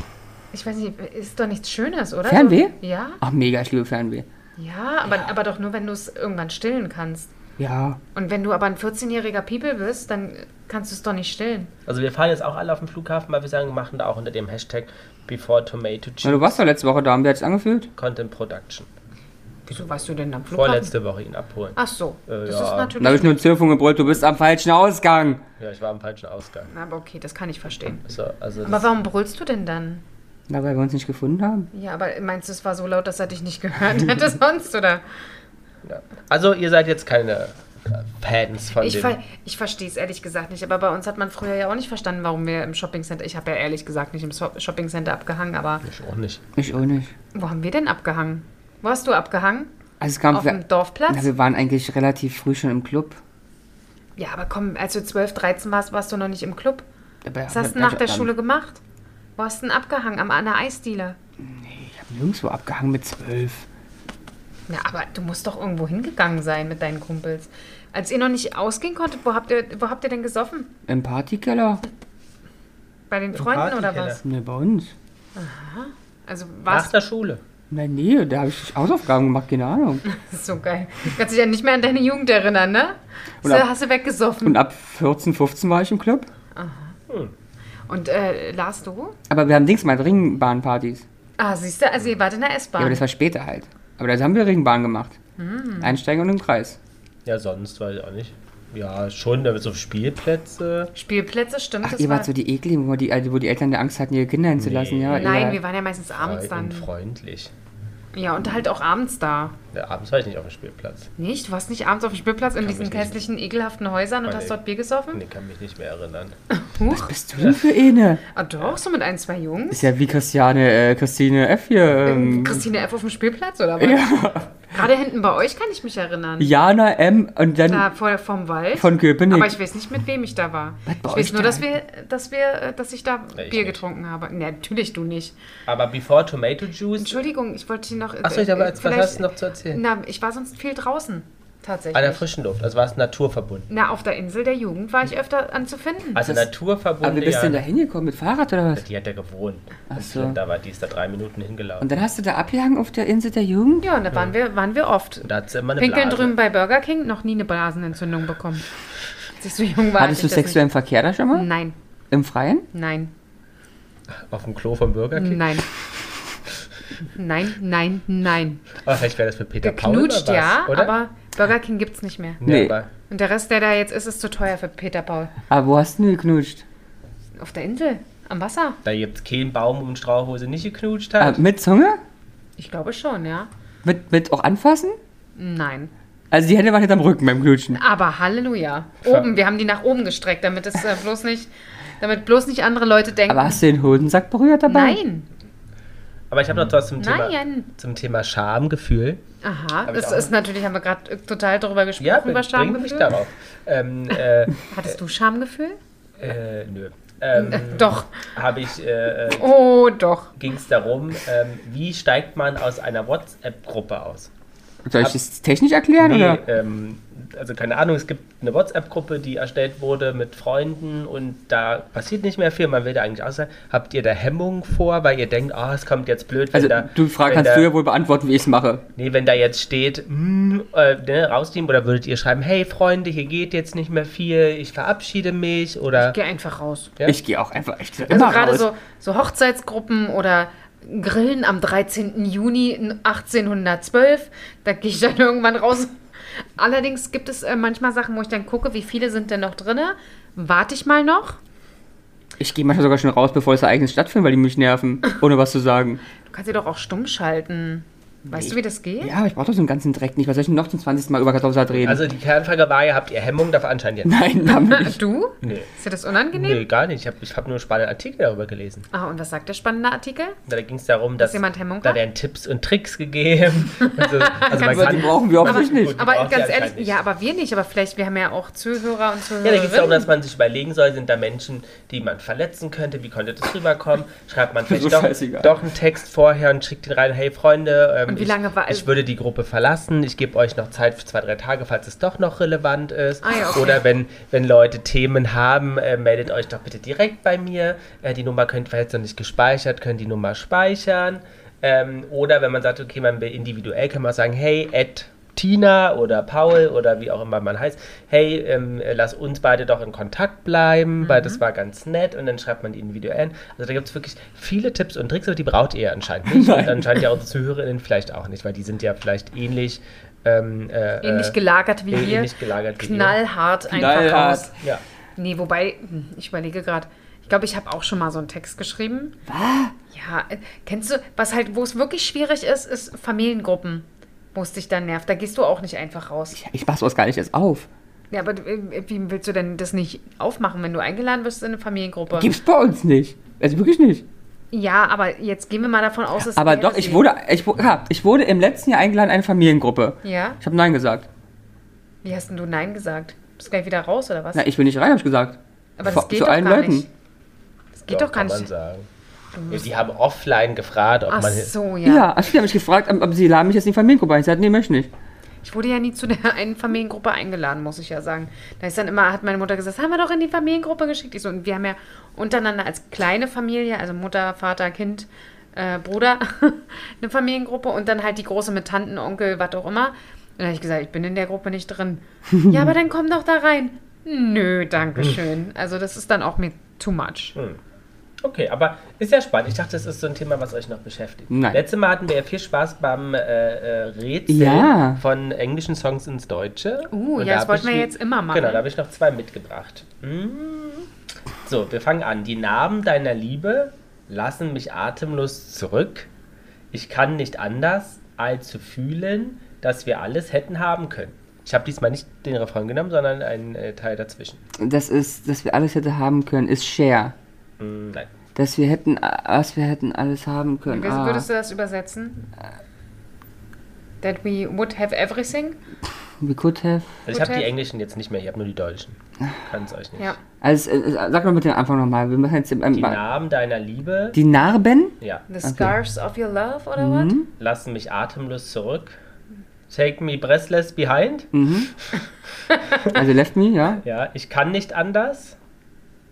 ich weiß nicht, ist doch nichts Schönes, oder?
Fernweh?
So, ja,
Ach, mega, ich liebe Fernweh.
ja, aber, aber doch nur, wenn du es irgendwann stillen kannst.
Ja.
Und wenn du aber ein 14-jähriger People bist, dann kannst du es doch nicht stillen.
also wir fahren jetzt auch alle auf den Flughafen, weil wir sagen, wir machen da auch unter dem Hashtag Before Tomato
Na,
Chip
du warst doch letzte Woche da. Haben wir jetzt angefühlt?
Content Production.
Wieso warst du denn am Flughafen?
Vorletzte Woche ihn abholen.
Ach so,
Äh,
das
ja.
ist
Da habe ich
natürlich...
nur einen Telefon gebrüllt, du bist am falschen Ausgang.
Ja, ich war am falschen Ausgang.
Aber okay, das kann ich verstehen.
So, also
Aber
das,
warum brüllst du denn dann?
Na, weil wir uns nicht gefunden haben.
Ja, aber meinst du, es war so laut, dass er dich nicht
(laughs)
gehört hätte sonst, oder?
ja. also ihr seid jetzt keine äh, Fans von
Ich,
dem.
ver ich verstehe es ehrlich gesagt nicht, aber bei uns hat man früher ja auch nicht verstanden, warum wir im Shoppingcenter, ich habe ja ehrlich gesagt nicht im So- Shoppingcenter abgehangen, aber
Ich auch nicht.
Ich auch nicht.
wo haben wir denn abgehangen? Wo hast du abgehangen?
Also es kam
Auf
wir-
dem Dorfplatz?
Na, wir waren eigentlich relativ früh schon im Club.
Ja, aber komm, als du 12, 13 warst, warst du noch nicht im Club.
Aber-
Was hast du
aber-
nach der
dann-
Schule gemacht? Wo hast du denn abgehangen? Am Anna Eisdiele.
Ich habe nirgendwo abgehangen mit zwölf.
Na, aber du musst doch irgendwo hingegangen sein mit deinen Kumpels. Als ihr noch nicht ausgehen konntet, wo habt ihr, wo habt ihr denn gesoffen?
Im Partykeller?
Bei den Freunden oder
Partykeller.
was?
Ne, bei uns.
Also
Nach
warst
der Schule.
In der Nähe, da habe ich Hausaufgaben gemacht, keine Ahnung.
Das ist so geil. Du kannst dich ja nicht mehr an deine Jugend erinnern, ne?
Und
so,
ab-
hast du weggesoffen.
Und ab 14, 15 war ich im Club.
Und äh, Lars, du?
Aber wir haben Dings mal Ringbahnpartys.
Ah, siehst du, also ihr wart in der
Ja, aber
S-Bahn.
das war später halt. Aber da haben wir Ringbahn gemacht.
Mhm.
Einsteigen und im Kreis.
Ja, sonst weiß ich auch nicht. Ja, schon, da wird so Spielplätze.
Spielplätze, stimmt
Ach,
das
ihr
war-
wart so die Ekligen, wo die, also wo die Eltern die Angst hatten, ihre Kinder hinzulassen.
Nee.
Ja,
Nein,
ihr,
wir waren ja meistens abends
Frei und
dann.
freundlich.
Ja, und halt auch abends da.
Ja, Äh, abends war ich nicht auf dem Spielplatz.
Nicht? Du warst nicht abends auf dem Spielplatz in diesen
mich nicht-
hässlichen, ekelhaften Häusern und
Weil
hast
ich-
dort Bier gesoffen?
Nee, kann mich nicht mehr erinnern.
Huch.
bist du denn für eine?
Ah, doch, so mit ein, zwei Jungs.
Ist ja wie Christiane, äh, Christine F. hier. Ähm,
Christine F. auf dem Spielplatz oder was? Gerade hinten bei euch kann ich mich erinnern.
Jana M. und dann
Da vor, vom Wald.
von Köpenick.
Aber ich weiß nicht, mit wem ich da war.
bei
Ich
euch
weiß nur,
da?
dass wir, dass wir, äh, dass ich da
Ja, ich
Bier
nicht.
getrunken habe. Nee, natürlich du nicht.
Aber Before Tomato Juice.
Entschuldigung, ich wollte dir noch. äh,
Achso, ich habe jetzt, was
vielleicht-
hast du noch zu erzählen?
Na, ich war sonst viel draußen. Tatsächlich.
An der frischen Luft, also war es naturverbunden.
Na, auf der Insel der Jugend war ich öfter anzufinden.
Also
aber
naturverbunden.
wie bist du denn da
Ja,
hingekommen? Mit Fahrrad oder was?
die hat er gewohnt.
Ach so.
Da war die ist da drei Minuten hingelaufen.
Und dann hast du da abgehangen auf der Insel der Jugend?
ja, und da waren wir, waren wir oft.
Und da hat sie immer eine
Pinkeln
Blase.
drüben bei Burger King noch nie eine Blasenentzündung bekommen. Als ich Hm. so jung war. hatte
Hattest du
ich das
sexuellen Verkehr da schon mal?
nicht. Nein,
Im Freien?
nein,
Auf dem Klo vom Burger
(laughs)
King.
nein. Nein, nein, nein.
Hm.
Aber vielleicht wäre das für Peter Paul oder
Geknutscht,
was,
ja,
oder?
aber Burger King gibt's nicht mehr.
Nee.
Nee.
Aber
Und der Rest, der da jetzt ist, ist zu teuer für Peter Paul.
Aber Ah, wo hast du denn geknutscht?
Auf der Insel, am Wasser.
da gibt es keinen Baum um den Strauch, wo sie nicht geknutscht
Ah,
hat.
mit Zunge?
Ich glaube schon, ja.
Mit, mit auch anfassen?
Nein.
Also die Hände waren hinterm Rücken beim Knutschen.
Aber Halleluja. Oben, wir haben die nach oben gestreckt, damit es äh, bloß nicht, damit bloß nicht andere Leute denken.
Aber hast du den Hodensack berührt dabei?
Nein,
Ah.
Aber ich habe noch was zum Thema,
nein.
zum Thema Schamgefühl.
Aha,
ich
das
auch
ist natürlich, haben wir gerade äh, total darüber gesprochen,
Ja,
über
bring mich
Schamgefühl.
darauf. Ähm, äh,
Hattest du Schamgefühl? Äh,
äh, nö. Ähm,
Doch.
habe ich, äh,
Oh, doch.
ging es darum, ähm, wie steigt man aus einer WhatsApp-Gruppe aus?
Soll ich das technisch erklären?
Nee,
Oder?
ähm, also keine Ahnung, es gibt eine WhatsApp-Gruppe, die erstellt wurde mit Freunden und da passiert nicht mehr viel, man will da eigentlich aus sein. Habt ihr da Hemmung vor, weil ihr denkt, ah, es kommt jetzt blöd, wenn
Also
da...
du Frage
wenn
kannst
da,
du ja wohl beantworten, wie ich es mache.
Nee, wenn da jetzt steht, hm, äh, ne, rausnehmen oder würdet ihr schreiben, hey Freunde, hier geht jetzt nicht mehr viel, ich verabschiede mich oder...
Ich geh einfach raus.
Ja.
Ich gehe auch einfach echt
Also
immer
gerade
raus.
so, so Hochzeitsgruppen oder Grillen am 13. Juni 1812, da gehe ich dann (laughs) irgendwann raus. Allerdings gibt es äh, manchmal Sachen, wo ich dann gucke, wie viele sind denn noch drin. Warte ich mal noch.
Ich gehe manchmal sogar
(laughs)
schon raus, bevor es Ereignis stattfindet, weil die mich nerven, ohne was zu sagen.
Du kannst sie doch auch stumm schalten. Weißt du, wie das geht?
Ja, aber ich brauche doch so einen ganzen Dreck nicht. Was soll ich denn noch zum 20. Mal über Kartoffelsalat reden?
Also die Kernfrage war ja, habt ihr Hemmung dafür anscheinend
(laughs)
jetzt? (laughs)
Nein, damit nicht.
Äh, Du?
Nee.
Ist dir das unangenehm?
Nee, gar nicht. Ich habe ich hab nur einen spannenden Artikel darüber gelesen.
Ah, und was sagt der spannende Artikel?
Da ging es darum, dass
jemand Hemmung
da
hat?
werden Tipps und Tricks
(laughs)
gegeben. Also, also man
Aber die
kann,
brauchen wir offensichtlich
Gut.
nicht.
Aber
braucht die
ganz
anscheinend
ehrlich,
nicht.
ja, aber wir nicht. Aber vielleicht, wir haben ja auch Zuhörer und Zuhörerinnen.
ja, um da geht es darum, dass man sich überlegen soll, sind da Menschen, die man verletzen könnte, wie konnte das rüberkommen? Schreibt man
(laughs)
vielleicht
So
doch,
scheißegal.
doch einen Text vorher und schickt den rein, hey Freunde, ähm,
Und wie
ich,
lange war-
ich würde die Gruppe verlassen, ich gebe euch noch Zeit für zwei, drei Tage, falls es doch noch relevant ist.
Ah ja, okay.
Oder wenn, wenn Leute Themen haben, äh, meldet euch doch bitte direkt bei mir. Äh, die Nummer könnt falls noch nicht gespeichert, könnt die Nummer speichern. Ähm, oder wenn man sagt, okay, man will individuell, kann man auch sagen, hey, at Tina oder Paul oder wie auch immer man heißt, hey, ähm, äh, lass uns beide doch in Kontakt bleiben, weil das war ganz nett und dann schreibt man die individuellen. Also da gibt es wirklich viele Tipps und Tricks, aber die braucht ihr anscheinend nicht und
Nein.
anscheinend ja unsere Zuhörerinnen vielleicht auch nicht, weil die sind ja vielleicht ähnlich ähm, äh,
Ähnlich
äh,
gelagert wie wir.
ähnlich gelagert wie wir.
Knallhart einfach
Knallhart.
raus.
Ja.
Nee, wobei, hm, ich überlege gerade, ich glaube, ich habe auch schon mal so einen Text geschrieben. Was? Ja, äh, kennst du, was halt, wo es wirklich schwierig ist, ist Familiengruppen, wo es dich dann nervt. Da gehst du auch nicht einfach raus.
Ich mach sowas gar nicht erst auf.
Ja, aber äh, wie willst du denn das nicht aufmachen, wenn du eingeladen wirst in eine Familiengruppe?
Gibt's bei uns nicht. Also wirklich nicht.
Ja, aber jetzt gehen wir mal davon aus, dass...
Aber
wir
doch,
das
ich
sehen.
wurde, ich, wu- ja, ich wurde im letzten Jahr eingeladen in eine Familiengruppe.
Ja?
Ich habe Nein gesagt.
Wie hast denn du Nein gesagt? Bist gleich wieder raus, oder was?
Na, ich will nicht rein, habe ich gesagt.
aber
Vor-
das geht doch gar nicht. Das geht doch, gar
kann
nicht.
man sagen. Ja, die haben offline gefragt, ob
Ach
man.
so,
Ja,
ja.
ja also die haben mich gefragt, ob, ob sie laden mich jetzt in die Familiengruppe ein. Ich sagte, nee, möchte ich nicht.
Ich wurde ja nie zu der (laughs) einen Familiengruppe eingeladen, muss ich ja sagen. Da ist dann immer, hat meine Mutter gesagt, haben wir doch in die Familiengruppe geschickt. Ich so, und wir haben ja untereinander als kleine Familie, also Mutter, Vater, Kind, äh, Bruder, (laughs) eine Familiengruppe und dann halt die große mit Tanten, Onkel, was auch immer. Und dann habe ich gesagt, ich bin in der Gruppe nicht drin. ja, aber dann komm doch da rein. Nö, danke schön. Also das ist dann auch mir too much.
Okay, aber ist ja spannend. Ich dachte, das ist so ein Thema, was euch noch beschäftigt.
Nein.
Letztes Mal hatten wir ja viel Spaß beim äh, äh, Rätseln
Ja.
von englischen Songs ins Deutsche.
Uh, ja,
da
das
hab
wollten
ich
wir
die-
jetzt immer machen.
Genau, da habe ich noch zwei mitgebracht. Mm. So, wir fangen an. Die Namen deiner Liebe lassen mich atemlos zurück. Ich kann nicht anders, als zu fühlen, dass wir alles hätten haben können. Ich habe diesmal nicht den Refrain genommen, sondern einen äh, Teil dazwischen.
Das ist, dass wir alles hätte haben können, ist Share.
Mm, nein.
Dass wir hätten, was wir hätten alles haben können.
Wie
Ah.
würdest du das übersetzen? That we would have everything?
We could have.
Also ich habe die
Hotel?
englischen jetzt nicht mehr, ich habe nur die deutschen. Kann es euch nicht.
Ja.
Also, äh, sag mal mit dem Anfang nochmal. Wir machen jetzt im, ähm,
Die Namen deiner Liebe
die Narben.
ja,
The Scars of Your Love oder
lassen mich atemlos zurück. Take me breathless behind.
Hm. (laughs) Also Left Me, ja.
Ja, ich kann nicht anders,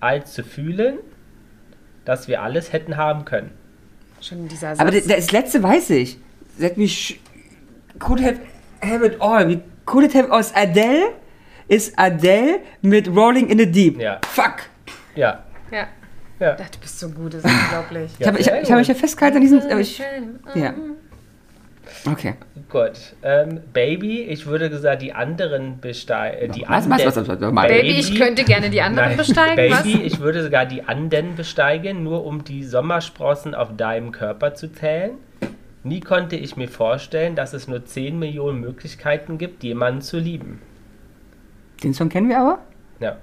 als zu fühlen, dass wir alles hätten haben können.
was? Schon dieser Satz.
Aber das, das letzte weiß ich. Let me sh could have, have it all. We could it have aus Adele ist Adele mit Rolling in the Deep.
Ja.
Fuck.
Ja.
ja.
Ja.
Ach, du bist so gut, das ist unglaublich.
Ich habe ich, hab- ich hab mich (laughs) ja festgehalten an diesem. Aber ich, ja. Okay.
Gut. Ähm, Baby, ich würde gesagt, die anderen besteigen. Äh, die
Was, was, was, was, was, was,
Baby, ich könnte gerne die anderen
Nein,
besteigen,
Baby,
was?
ich würde sogar die Anden besteigen, nur um die Sommersprossen auf deinem Körper zu zählen. Nie konnte ich mir vorstellen, dass es nur 10 Millionen Möglichkeiten gibt, jemanden zu lieben.
Den Song kennen wir aber.
Ja.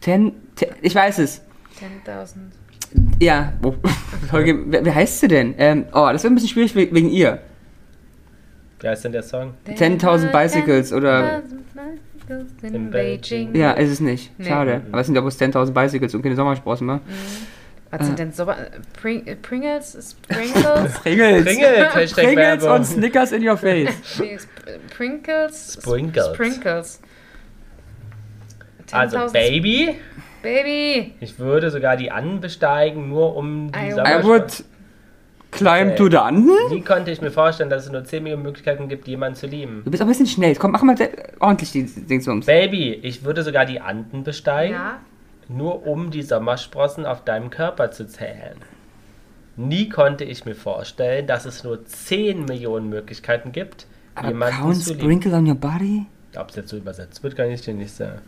Ten, ten, ich weiß es.
10.000.
Ja. Oh, Folge, wer, wer heißt sie denn? Ähm, oh, das wird ein bisschen schwierig we- wegen ihr.
Wie heißt denn der Song?
10.000 Bicycles oder.
10.000 Bicycles in Beijing.
In Beijing.
Ja, ist es nicht.
Nee.
Schade. Aber es sind ja bloß 10.000 Bicycles und keine Sommersprossen, ne?
Was
äh.
sind denn so... Pring, äh, Pringles? Sprinkles?
(laughs)
Pringles.
(laughs)
Pringles, Hashtag
Pringles
Werbung.
und Snickers in your
(laughs)
face.
Wie ist- äh, Pringles?
Sprinkles.
Sprinkles. 10.000
Also Baby,
Baby.
ich würde sogar die Anden besteigen, nur um die
I
I
Sommersprossen.
would climb to the Anden.
Nie konnte ich mir vorstellen, dass es nur 10 Millionen Möglichkeiten gibt, jemanden zu lieben.
Du bist auch ein bisschen schnell. Komm, mach mal de- ordentlich die Dingsums.
Baby, ich würde sogar die Anden besteigen.
Ja.
nur um die Sommersprossen auf deinem Körper zu zählen. Nie konnte ich mir vorstellen, dass es nur 10 Millionen Möglichkeiten gibt,
Aber
jemanden
count
zu lieben.
sprinkle on your body?
Ob es jetzt so übersetzt wird, kann ich dir nicht sagen.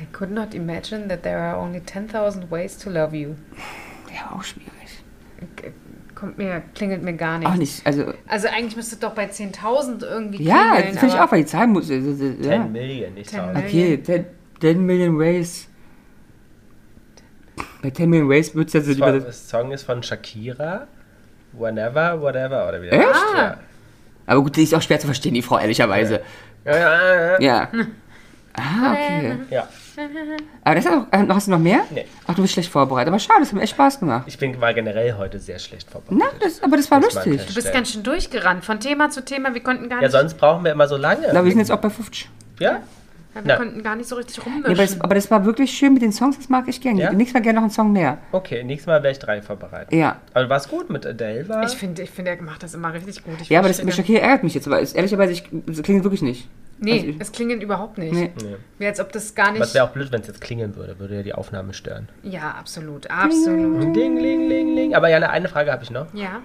I could not imagine that there are only 10.000 ways to love you.
Ja, auch schwierig.
kommt mir, klingelt mir gar nicht.
Auch nicht, also,
Also eigentlich müsste es doch bei 10.000 irgendwie
ja,
klingeln.
das finde ich
aber-
auch, weil die Zahl muss, äh, äh,
10
ja.
Million, nicht
10
10
Million.
Okay, 10, 10 Million Ways. Bei 10 Million Ways wird es jetzt
Das war-
über
Das Song ist von Shakira. Whenever, whatever, oder wieder.
Echt?
Ja.
Aber gut, die ist auch schwer zu verstehen, die Frau, ehrlicherweise.
Ja, ja, ja, ja.
Ja.
(laughs)
Ah, okay.
ja.
Aber das ist auch, äh, noch- hast du noch mehr?
Nee.
Ach, du bist schlecht vorbereitet. Aber schade, das hat mir echt Spaß gemacht.
Ich bin mal generell heute sehr schlecht vorbereitet.
Na, das, aber das war
Das war ein
lustig.
Test.
Du bist ganz schön durchgerannt von Thema zu Thema. Wir konnten gar
Ja,
nicht,
sonst brauchen wir immer so lange.
Na, wir sind jetzt auch bei 50.
ja?
wir
na.
konnten gar nicht so richtig
Nee,
rummischen.
aber, das, aber das war wirklich schön mit den Songs, das mag ich gerne.
Ja?
Nächstes Mal gerne noch einen Song mehr.
Okay, nächstes Mal werde ich drei vorbereitet.
Ja.
Aber du warst gut mit Adele, war?
ich finde, ich find, er macht das immer richtig gut. Ich
Ja, aber das
verstehe
mit Shakira ärgert mich jetzt, aber ist, ehrlicherweise, ich, das klingt wirklich nicht.
Nee,
Also ich-
es klingelt überhaupt nicht.
Nee.
Wie als ob das gar
Aber es
nicht.
wäre auch blöd, wenn es jetzt klingeln würde. Würde ja die Aufnahme stören.
Ja, absolut, absolut.
Ding, ling, ling, ling. Aber Jana, eine Frage habe ich noch.
Ja.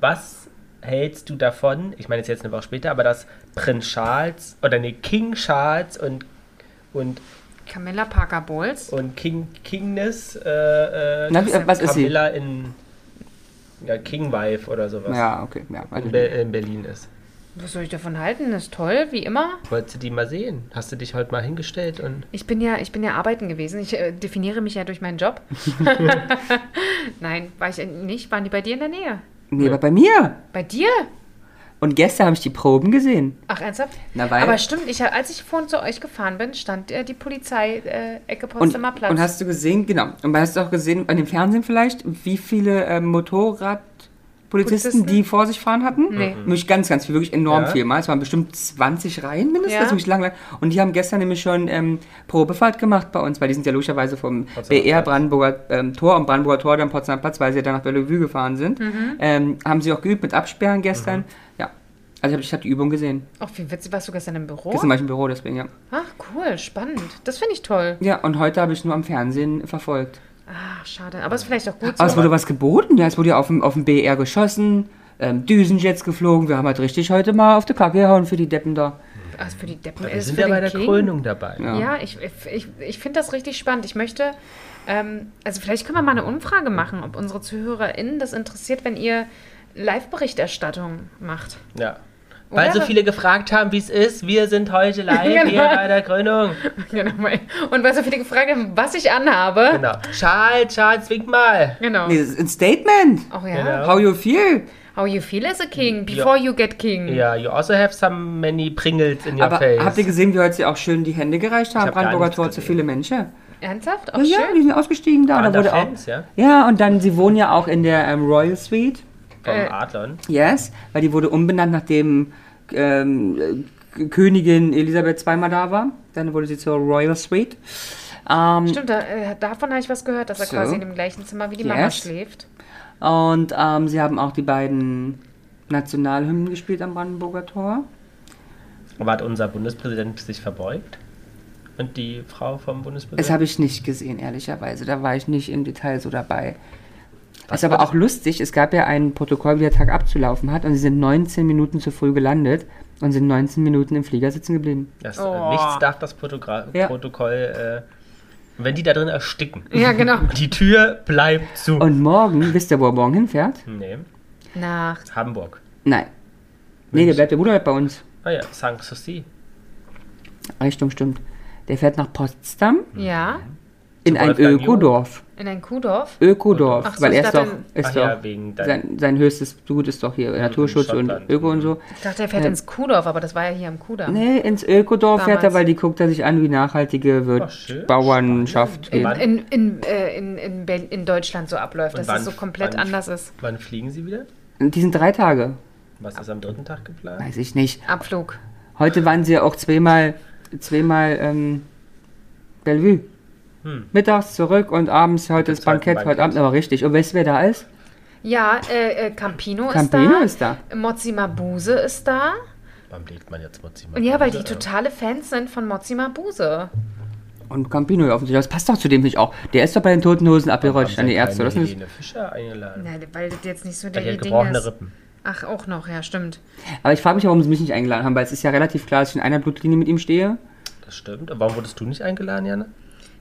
Was hältst du davon, ich meine, es ist jetzt eine Woche später, aber dass Prinz Charles, oder nee, King Charles und, und,
Camilla Parker Bowles.
und King, Kingness, äh, äh,
Na, wie, was ist sie?
Camilla in ja, King Wife oder sowas
Ja, okay. Ja, also,
in, Be in Berlin ist.
Was soll ich davon halten? Das ist toll, wie immer.
Wolltest du die mal sehen? Hast du dich heute mal hingestellt und
Ich bin ja, ich bin ja arbeiten gewesen. Ich äh, definiere mich ja durch meinen
(laughs)
Job. (laughs) Nein, war ich nicht. Waren die bei dir in der Nähe?
nee, aber bei mir.
Bei dir?
Und gestern habe ich die Proben gesehen.
Ach, ernsthaft?
Na, weil-
Aber stimmt, ich, als ich vorhin zu euch gefahren bin, stand äh, die Polizei äh, Ecke
Und,
Potsdamer Platz.
und hast du gesehen, genau, und hast du auch gesehen, an dem Fernsehen vielleicht, wie viele ähm, Motorradpolizisten
Polizisten?
die vor sich fahren hatten?
Nee.
Nämlich ganz, ganz viel, wirklich enorm
Ja.
viel. Mal. Es waren bestimmt 20 Reihen mindestens,
Ja.
wirklich lang, lang. Und die haben gestern nämlich schon ähm, Probefahrt gemacht bei uns, weil die sind ja logischerweise vom
Potsdamer
BR
Platz.
Brandenburger ähm, Tor und Brandenburger Tor dann Potsdamer Platz, weil sie ja dann nach Bellevue gefahren sind.
Mhm.
Ähm, haben sie auch geübt mit Absperren gestern.
Mhm.
Ja, also ich habe ich hab die Übung gesehen.
Ach, wie witzig, warst du gestern im Büro?
Gestern war ich im Büro, deswegen ja.
Ach, cool, spannend. Das finde ich toll.
Ja, und heute habe ich nur am Fernsehen verfolgt.
Ach, schade. Aber ist vielleicht auch gut so.
Aber Also, es wurde was geboten, ja, es wurde ja auf dem, auf dem BR geschossen, ähm, Düsenjets geflogen, wir haben halt richtig heute mal auf die Kacke gehauen für die Deppen da.
Also für die Deppen
wir
ist
sind
für
ja
den
bei der
King.
Krönung dabei.
Ja.
Ja, ich, ich, ich finde das richtig spannend. Ich möchte, ähm, also vielleicht können wir mal eine Umfrage machen, ob unsere ZuhörerInnen das interessiert, wenn ihr Live-Berichterstattung macht. (laughs)
Ja. Weil
Oder?
so viele gefragt haben, wie es ist. Wir sind heute live hier
Genau.
bei der Krönung.
Genau. weil- Und weil so viele gefragt haben, was ich anhabe.
Genau. Charles, Charles, wink mal.
Genau.
Nee, das ist ein Statement.
Ach ja.
Genau.
How you feel?
How you feel as a king before you get king.
Ja, you also have some many Pringles in your
Aber
face.
habt ihr gesehen, wie heute sie auch schön die Hände gereicht haben?
hab gar
Brandenburger
nichts
Tor zu
gesehen.
viele Menschen.
Ernsthaft? Auch
Ja, ja,
schön.
die sind ausgestiegen da.
Waren
Und da
da
wurde auch,
Fans, ja?
ja, und dann, sie wohnen ja auch in der ähm, Royal Suite.
Vom
Äh.
Adlon.
Yes, weil die wurde umbenannt, nachdem ähm, äh, Königin Elisabeth zweimal da war. Dann wurde sie zur Royal Suite. Ähm,
Stimmt, da, äh, davon habe ich was gehört, dass er
So.
quasi in dem gleichen Zimmer wie die Mama
Yes.
schläft.
Und ähm, sie haben auch die beiden Nationalhymnen gespielt am Brandenburger Tor.
Aber hat unser Bundespräsident sich verbeugt? Und die Frau vom
Das
Bundespräsidenten?
habe ich nicht gesehen, ehrlicherweise. Da war ich nicht im Detail so dabei. ist aber auch lustig, es gab ja ein Protokoll, wie der Tag abzulaufen hat, und sie sind 19 Minuten zu früh gelandet und sind 19 Minuten im Flieger sitzen geblieben.
Das,
Oh.
äh, Nichts darf das Protogra
Ja.
Protokoll, äh, wenn die da drin ersticken.
Ja, genau.
Die Tür bleibt zu.
Und
(laughs)
morgen, wisst ihr, wo er morgen hinfährt?
nee,
Nach
Hamburg.
Nein. Nee, der bleibt, der Bruder bleibt bei uns.
Ah ja, Sang Susi.
Richtung stimmt. Der fährt nach Potsdam
Ja,
in
Hm. Zu
ein
Wolfgang Jung?
Ökodorf.
in ein Kuhdorf.
Ökodorf,
Ach so,
weil
ich
er ist doch,
dachte-
ist
Ach
doch
ja, wegen dein-
sein, sein höchstes Gut ist doch hier Naturschutz und
Schottland.
Öko und so.
Ich dachte, er fährt ins Kuhdorf, aber das war ja hier am Kuhdamm.
Nee, ins Ökodorf fährt er,
Damals.
weil die guckt er sich an, wie nachhaltige
Ach, schön.
wird Bauernschaft geht.
Wann-
in, in, äh, in, in, Bel- in Deutschland so abläuft,
Und
dass
wann-
es so komplett
wann-
anders ist.
Wann fliegen sie wieder?
Und Die sind drei Tage,
Was ist am dritten Tag geplant?
weiß ich nicht.
Abflug.
Heute waren sie ja auch zweimal, zweimal ähm, Bellevue. Mittags zurück und abends, heute ist
Hm. zweiten
Bankett,
Bankett.
heute Abend aber richtig. Und weißt du, wer da ist?
Ja, äh, äh, Campino,
Campino
ist
ist da.
da. Mozzi Mabuse ist da.
Wann legt man jetzt Mozzi mal?
Und ja, weil die
runter?
totale Fans sind von Mozzi Mabuse.
Und Campino ja offensichtlich. Das passt doch zu dem nicht auch. Der ist doch bei den Toten Hosen abgerutscht an die
Haben
Ärzte.
keine
Das ist
Helene Fischer eingeladen.
Na, weil das jetzt nicht so
Hat ja
der Äh, Ding
gebrochene
ist.
Rippen.
Ach, auch noch, ja, stimmt.
Aber ich frage mich, warum sie mich nicht eingeladen haben, weil es ist ja relativ klar, dass ich in einer Blutlinie mit ihm stehe.
Das stimmt. Aber Warum wurdest du nicht eingeladen, Janne?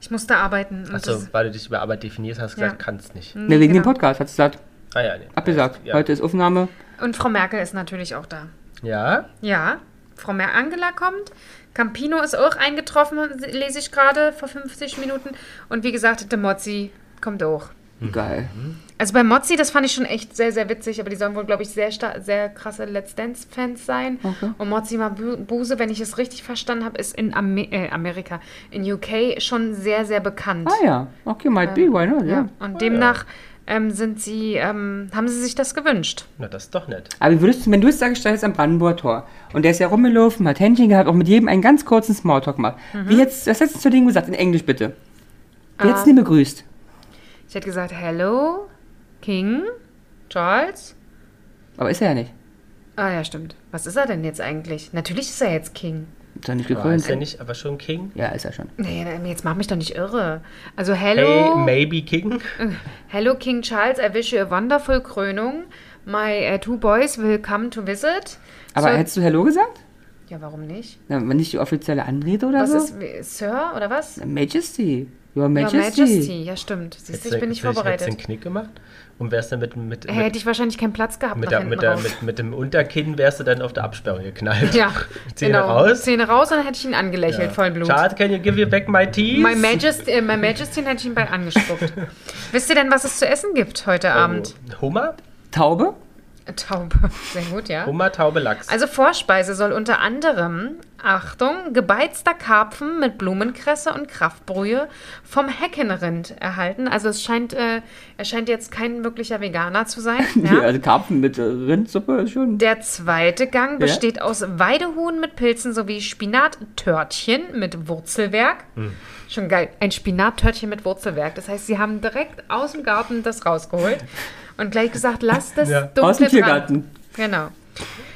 Ich musste arbeiten. Und
Achso,
das,
weil du dich über Arbeit definierst, hast du gesagt,
Ja.
kannst nicht.
Ne, wegen dem
genau.
Podcast, hat sie gesagt.
Ah ja, nee.
Abgesagt.
Ja.
Heute ist Aufnahme.
Und Frau Merkel ist natürlich auch da.
Ja?
Ja, Frau Mer Angela kommt. Campino ist auch eingetroffen, lese ich gerade vor 50 Minuten. Und wie gesagt, der Mozzi kommt auch.
Mhm.
Geil.
Also bei Mozzi, das fand ich schon echt sehr, sehr witzig, aber die sollen wohl, glaube ich, sehr, sta- sehr krasse Let's Dance-Fans sein.
Okay.
Und Mozzi Mabuse, wenn ich es richtig verstanden habe, ist in Ame äh, Amerika, in UK schon sehr, sehr bekannt.
Ah ja, okay, might be, why not, ja.
Ja, und demnach ähm, sind sie, ähm, haben sie sich das gewünscht.
Na, das ist doch nett.
Aber wie würdest du, wenn du jetzt da gestanden am Brandenburger Tor und der ist ja rumgelaufen, hat Händchen gehabt, auch mit jedem einen ganz kurzen Smalltalk gemacht.
Mhm.
Wie jetzt, was hättest du zu denen gesagt? In Englisch bitte.
Ah.
Wie hättest du ihn begrüßt?
Ich hätte gesagt, hello, King, Charles.
Aber ist er ja nicht.
Ah ja, stimmt. Was ist er denn jetzt eigentlich? Natürlich ist er jetzt King.
Ist er nicht
Aber
gekrönt?
ist ja nicht, aber schon King.
ja, ist er schon.
Nee, jetzt mach mich doch nicht irre. Also
Hey,
hello,
maybe King.
hello King Charles, I wish you a wonderful Krönung. My uh, two boys will come to visit.
Aber
so,
hättest du Hello gesagt?
ja, warum nicht?
Na, Wenn nicht die offizielle Anrede oder
Was
so?
ist wie- Sir oder was?
Majesty. Your
Your
Majesty.
Majesty. Ja, stimmt. Siehst du,
Hättest
ich
du-
bin nicht
hättest du- hättest du
vorbereitet.
einen Knick gemacht? Und wärst dann mit, mit,
Hey,
mit,
hätte ich wahrscheinlich keinen Platz gehabt
mit,
nach
der,
hinten
mit, der,
raus.
mit, mit dem Unterkinn wärst du dann auf der Absperrung geknallt. (laughs)
Ja,
Zähne
genau.
raus.
Zähne raus und dann hätte ich ihn angelächelt, voll Blut.
Charles, can you give you back my teeth?
My Majesty, äh, My Majesty hätte ich ihn bald angespuckt. Wisst ihr denn, was es zu essen gibt heute Abend? Äh,
Oh, Hummer?
Taube?
Taube. (laughs) Sehr gut, ja.
Hummer, Taube, Lachs.
Also Vorspeise soll unter anderem, Achtung, gebeizter Karpfen mit Blumenkresse und Kraftbrühe vom Heckenrind erhalten. Also es scheint, äh, er scheint jetzt kein wirklicher Veganer zu sein.
Ja.
(laughs) Ja?
also Karpfen mit äh, Rindsuppe ist schon.
Der zweite Gang
Ja.
besteht aus Weidehuhn mit Pilzen sowie Spinattörtchen mit Wurzelwerk.
Mhm.
Schon geil. Ein Spinattörtchen mit Wurzelwerk. Das heißt, sie haben direkt aus dem Garten das rausgeholt und gleich gesagt, lasst das
Ja.
dunkle
Aus dem
dran.
Tiergarten.
Genau.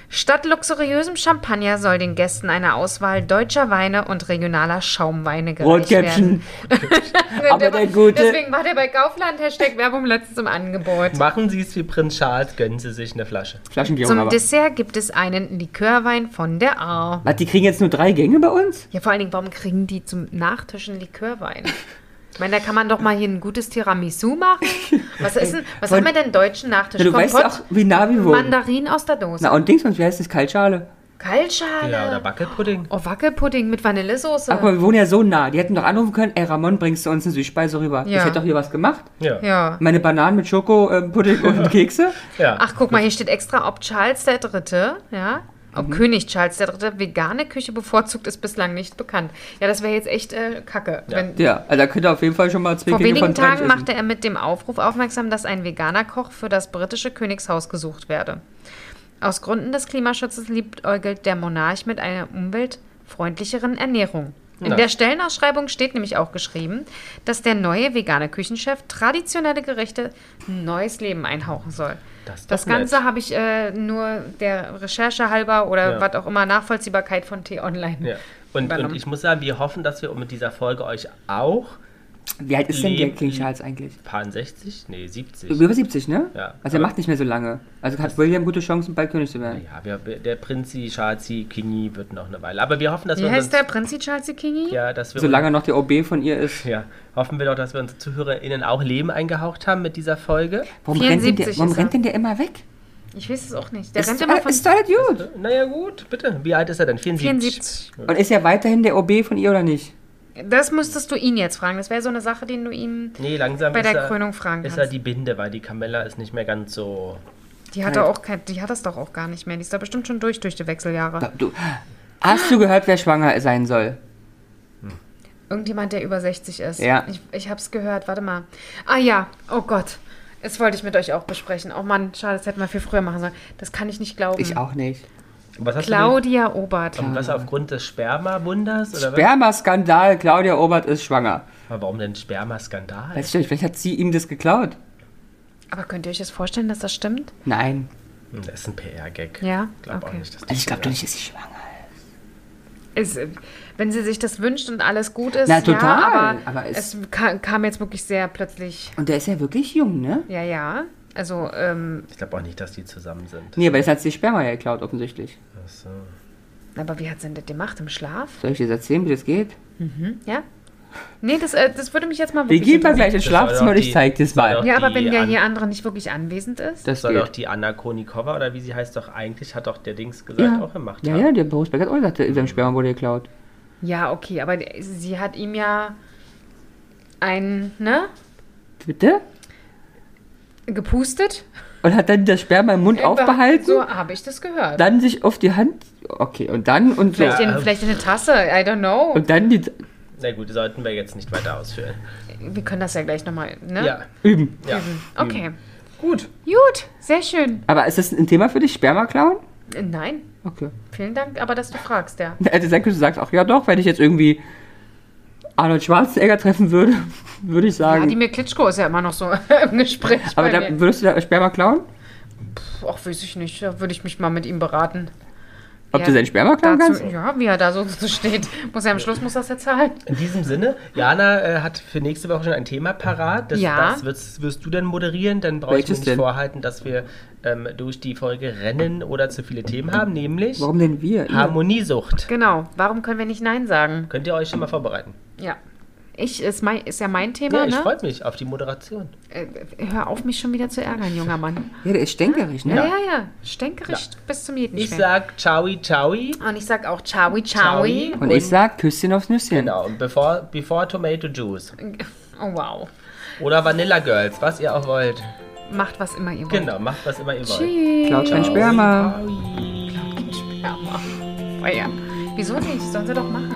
Statt luxuriösem Champagner soll den Gästen eine Auswahl deutscher Weine und regionaler Schaumweine gereicht werden.
Rotkäppchen. Aber der gute-
Deswegen war der bei Kaufland Hashtag Werbung letztens im Angebot.
Machen Sie es wie Prinz Charles, gönnen Sie sich eine Flasche.
Flaschengärung
Zum
aber.
Dessert gibt es einen Likörwein von der A.
Was, die kriegen jetzt nur drei Gänge bei uns?
Ja, vor allen Dingen, warum kriegen die zum Nachtisch einen Likörwein? Ich meine, da kann man doch mal hier ein gutes Tiramisu machen. Was ist denn, was
Von-
haben wir denn deutschen Nachtisch?
Ja, du weißt ja auch, wie nah wir wohnen.
Mandarin aus der Dose.
Na oh. und Dings, wie heißt das? Kaltschale.
Kaltschale.
Ja, oder Wackelpudding.
oh, Wackelpudding mit Vanillesoße.
Ach, aber wir wohnen ja so nah. Die hätten doch anrufen können, ey Ramon, bringst du uns eine Süßspeise rüber?
Ja.
Ich hätte doch hier was gemacht.
Ja.
ja.
Meine Bananen mit Schoko, äh, Pudding
(laughs)
und Kekse.
ja.
Ach, guck mal, hier steht extra, ob Charles der Dritte, ja,
Mhm.
ob König Charles der Dritte vegane Küche bevorzugt, ist bislang nicht bekannt. Ja, das wäre jetzt echt äh, kacke. Wenn,
Ja, also da könnt ihr auf jeden Fall schon mal zwei
Vor
Gänge
wenigen
von Trench
Tagen
essen.
machte er mit dem Aufruf aufmerksam, dass ein veganer Koch für das britische Königshaus gesucht werde. Aus Gründen des Klimaschutzes liebäugelt der Monarch mit einer umweltfreundlicheren Ernährung. In
Na.
der Stellenausschreibung steht nämlich auch geschrieben, dass der neue vegane Küchenchef traditionelle Gerichte ein neues Leben einhauchen soll.
Das ist
Das
doch nett.
Ganze habe ich äh, nur der Recherche halber oder
Ja.
was auch immer Nachvollziehbarkeit von T-Online.
Ja. Und, und
Übernommen.
ich muss sagen, wir hoffen, dass wir mit dieser Folge euch auch
Wie alt ist denn der
Leben-
King Charles eigentlich?
paar 60? Nee, 70.
Über 70, ne?
Ja.
Also er
Aber-
macht nicht mehr so lange. Also hat William gute Chancen, bald König zu werden.
Ja, wir, wir- der Prinzi, Schazi, Kingi wird noch eine Weile. Aber wir hoffen, dass
Wie
wir
heißt
uns,
der Prinzi Charles Kingi?
ja, dass wir
Solange er noch der OB von ihr ist.
ja, hoffen wir doch, dass wir unsere ZuhörerInnen auch Leben eingehaucht haben mit dieser Folge.
Warum, rennt denn,
74
der,
ist
warum
er.
rennt denn der immer weg?
Ich weiß es auch nicht. Der
ist,
rennt
doch
immer
alles,
von
ist doch alles gut.
Naja, gut, bitte. Wie alt ist er denn? 74.
74.
Und ist er weiterhin der OB von ihr oder nicht?
Das müsstest du ihn jetzt fragen. Das wäre so eine Sache, die du ihm
Nee, langsam
bei
ist,
der
er,
Krönung fragen
ist er
kannst.
die Binde, weil die Camilla ist nicht mehr ganz so.
die hat er auch kein, die hat das doch auch gar nicht mehr. Die ist da bestimmt schon durch durch die Wechseljahre.
Du, hast du gehört, wer schwanger sein soll?
Irgendjemand, der über 60 ist.
Ja.
Ich, ich hab's gehört. Warte mal. Ah ja. Oh Gott. Das wollte ich mit euch auch besprechen. Oh Mann, schade, das hätten wir viel früher machen sollen. Das kann ich nicht glauben.
Ich auch nicht.
Was hast
Claudia Obert.
du denn? Was aufgrund des Spermawunders? Oder was?
Sperma-Skandal, Claudia Obert ist schwanger.
Aber warum denn Spermaskandal?
Weiß ich nicht, vielleicht hat sie ihm das geklaut.
Aber könnt ihr euch das vorstellen, dass das stimmt?
Nein.
Hm, Das ist ein PR-Gag.
Ja?
Ich glaube auch
Okay.
nicht, dass die
Also ich glaube
Schwanger-
doch nicht, dass sie schwanger ist.
Ist, äh, wenn sie sich das wünscht und alles gut ist.
Na, total,
Ja, aber,
aber
es,
es-
ka kam jetzt wirklich sehr plötzlich.
Und der ist ja wirklich jung, ne?
Ja, ja. Also, ähm,
Ich glaube auch nicht, dass die zusammen sind.
Nee, aber das hat sie Sperma ja geklaut, offensichtlich.
Ach so.
Aber wie hat sie denn das gemacht? Im Schlaf?
Soll ich dir das erzählen, wie das geht?
Ja? Nee, das, äh, das würde mich jetzt mal
Wir
wirklich
gehen mal gleich
interessieren.
ins
Das war
Schlafzimmer
doch
und ich
die-
zeig dir's
doch-
mal.
Ja, aber
Die
wenn der
an-
hier andere nicht wirklich anwesend ist.
Das
Soll auch
geht.
die Anna Konikova oder wie sie heißt, doch eigentlich hat doch der Dings gesagt,
Ja.
auch gemacht.
ja,
haben.
ja, der Boris Becker hat auch gesagt, der- sein Sperma wurde geklaut.
Ja, okay, aber die- sie hat ihm ja ein, ne,
Bitte?
gepustet.
Und hat dann das Sperma im Mund aufbehalten,
So habe ich das gehört.
dann sich auf die Hand. Okay, und dann und so.
vielleicht, in,
ähm.
vielleicht in eine Tasse, I don't know.
Und dann die.
Na gut, sollten wir jetzt nicht weiter ausführen.
Wir können das ja gleich nochmal, ne?
Ja,
Üben.
ja.
Okay.
Gut.
Gut, sehr schön.
Aber ist das ein Thema für dich, Sperma klauen?
Äh, Nein,
Okay.
vielen Dank, aber dass du fragst, ja.
Also sag, du sagst auch, ja doch, wenn ich jetzt irgendwie Arnold Schwarzenegger treffen würde, (laughs) würde ich sagen.
Wladimir Klitschko ist ja immer noch so (laughs) im Gespräch.
aber
bei
da,
mir.
würdest du da Sperma klauen?
Ach, weiß ich nicht. Da würde ich mich mal mit ihm beraten.
Ob
Ja.
du sein Sperma klauen
Dazu,
kannst?
ja, wie er da so, so steht. Muss er am Schluss muss das jetzt zahlen.
In diesem Sinne, Jana äh, hat für nächste Woche schon ein Thema parat. Das,
Ja.
das wirst, wirst du dann moderieren. Dann brauche ich mir
Welches
nicht
denn?
vorhalten, dass wir ähm, durch die Folge rennen oder zu viele Themen haben, nämlich
Warum denn wir? Ihr?
Harmoniesucht.
Genau. Warum können wir nicht Nein sagen?
Könnt ihr euch schon mal vorbereiten?
Ja. Ich, ist, mein, ist ja mein
Ja,
Thema,
ich
ne?
freue mich auf die Moderation.
Äh, Hör auf, mich schon wieder zu ärgern, junger Mann.
Ja, der ist stänkerig, ne?
Ja, ja, ja. Stänkerig bis zum jeden
Ich
Schwer.
sag Ciao, Ciao.
Und ich sag auch Chawi Chawi.
Und ich sag Küsschen aufs Nüsschen.
Genau, und bevor, bevor Tomato Juice.
Oh, wow.
Oder Vanilla Girls, was ihr auch wollt.
Macht, was immer ihr wollt.
Genau, macht was immer ihr wollt.
Klaut
Genau.
kein
Ciao.
Sperma.
Ja, wow. Oh, ja. Wieso nicht? Sollen sie doch machen.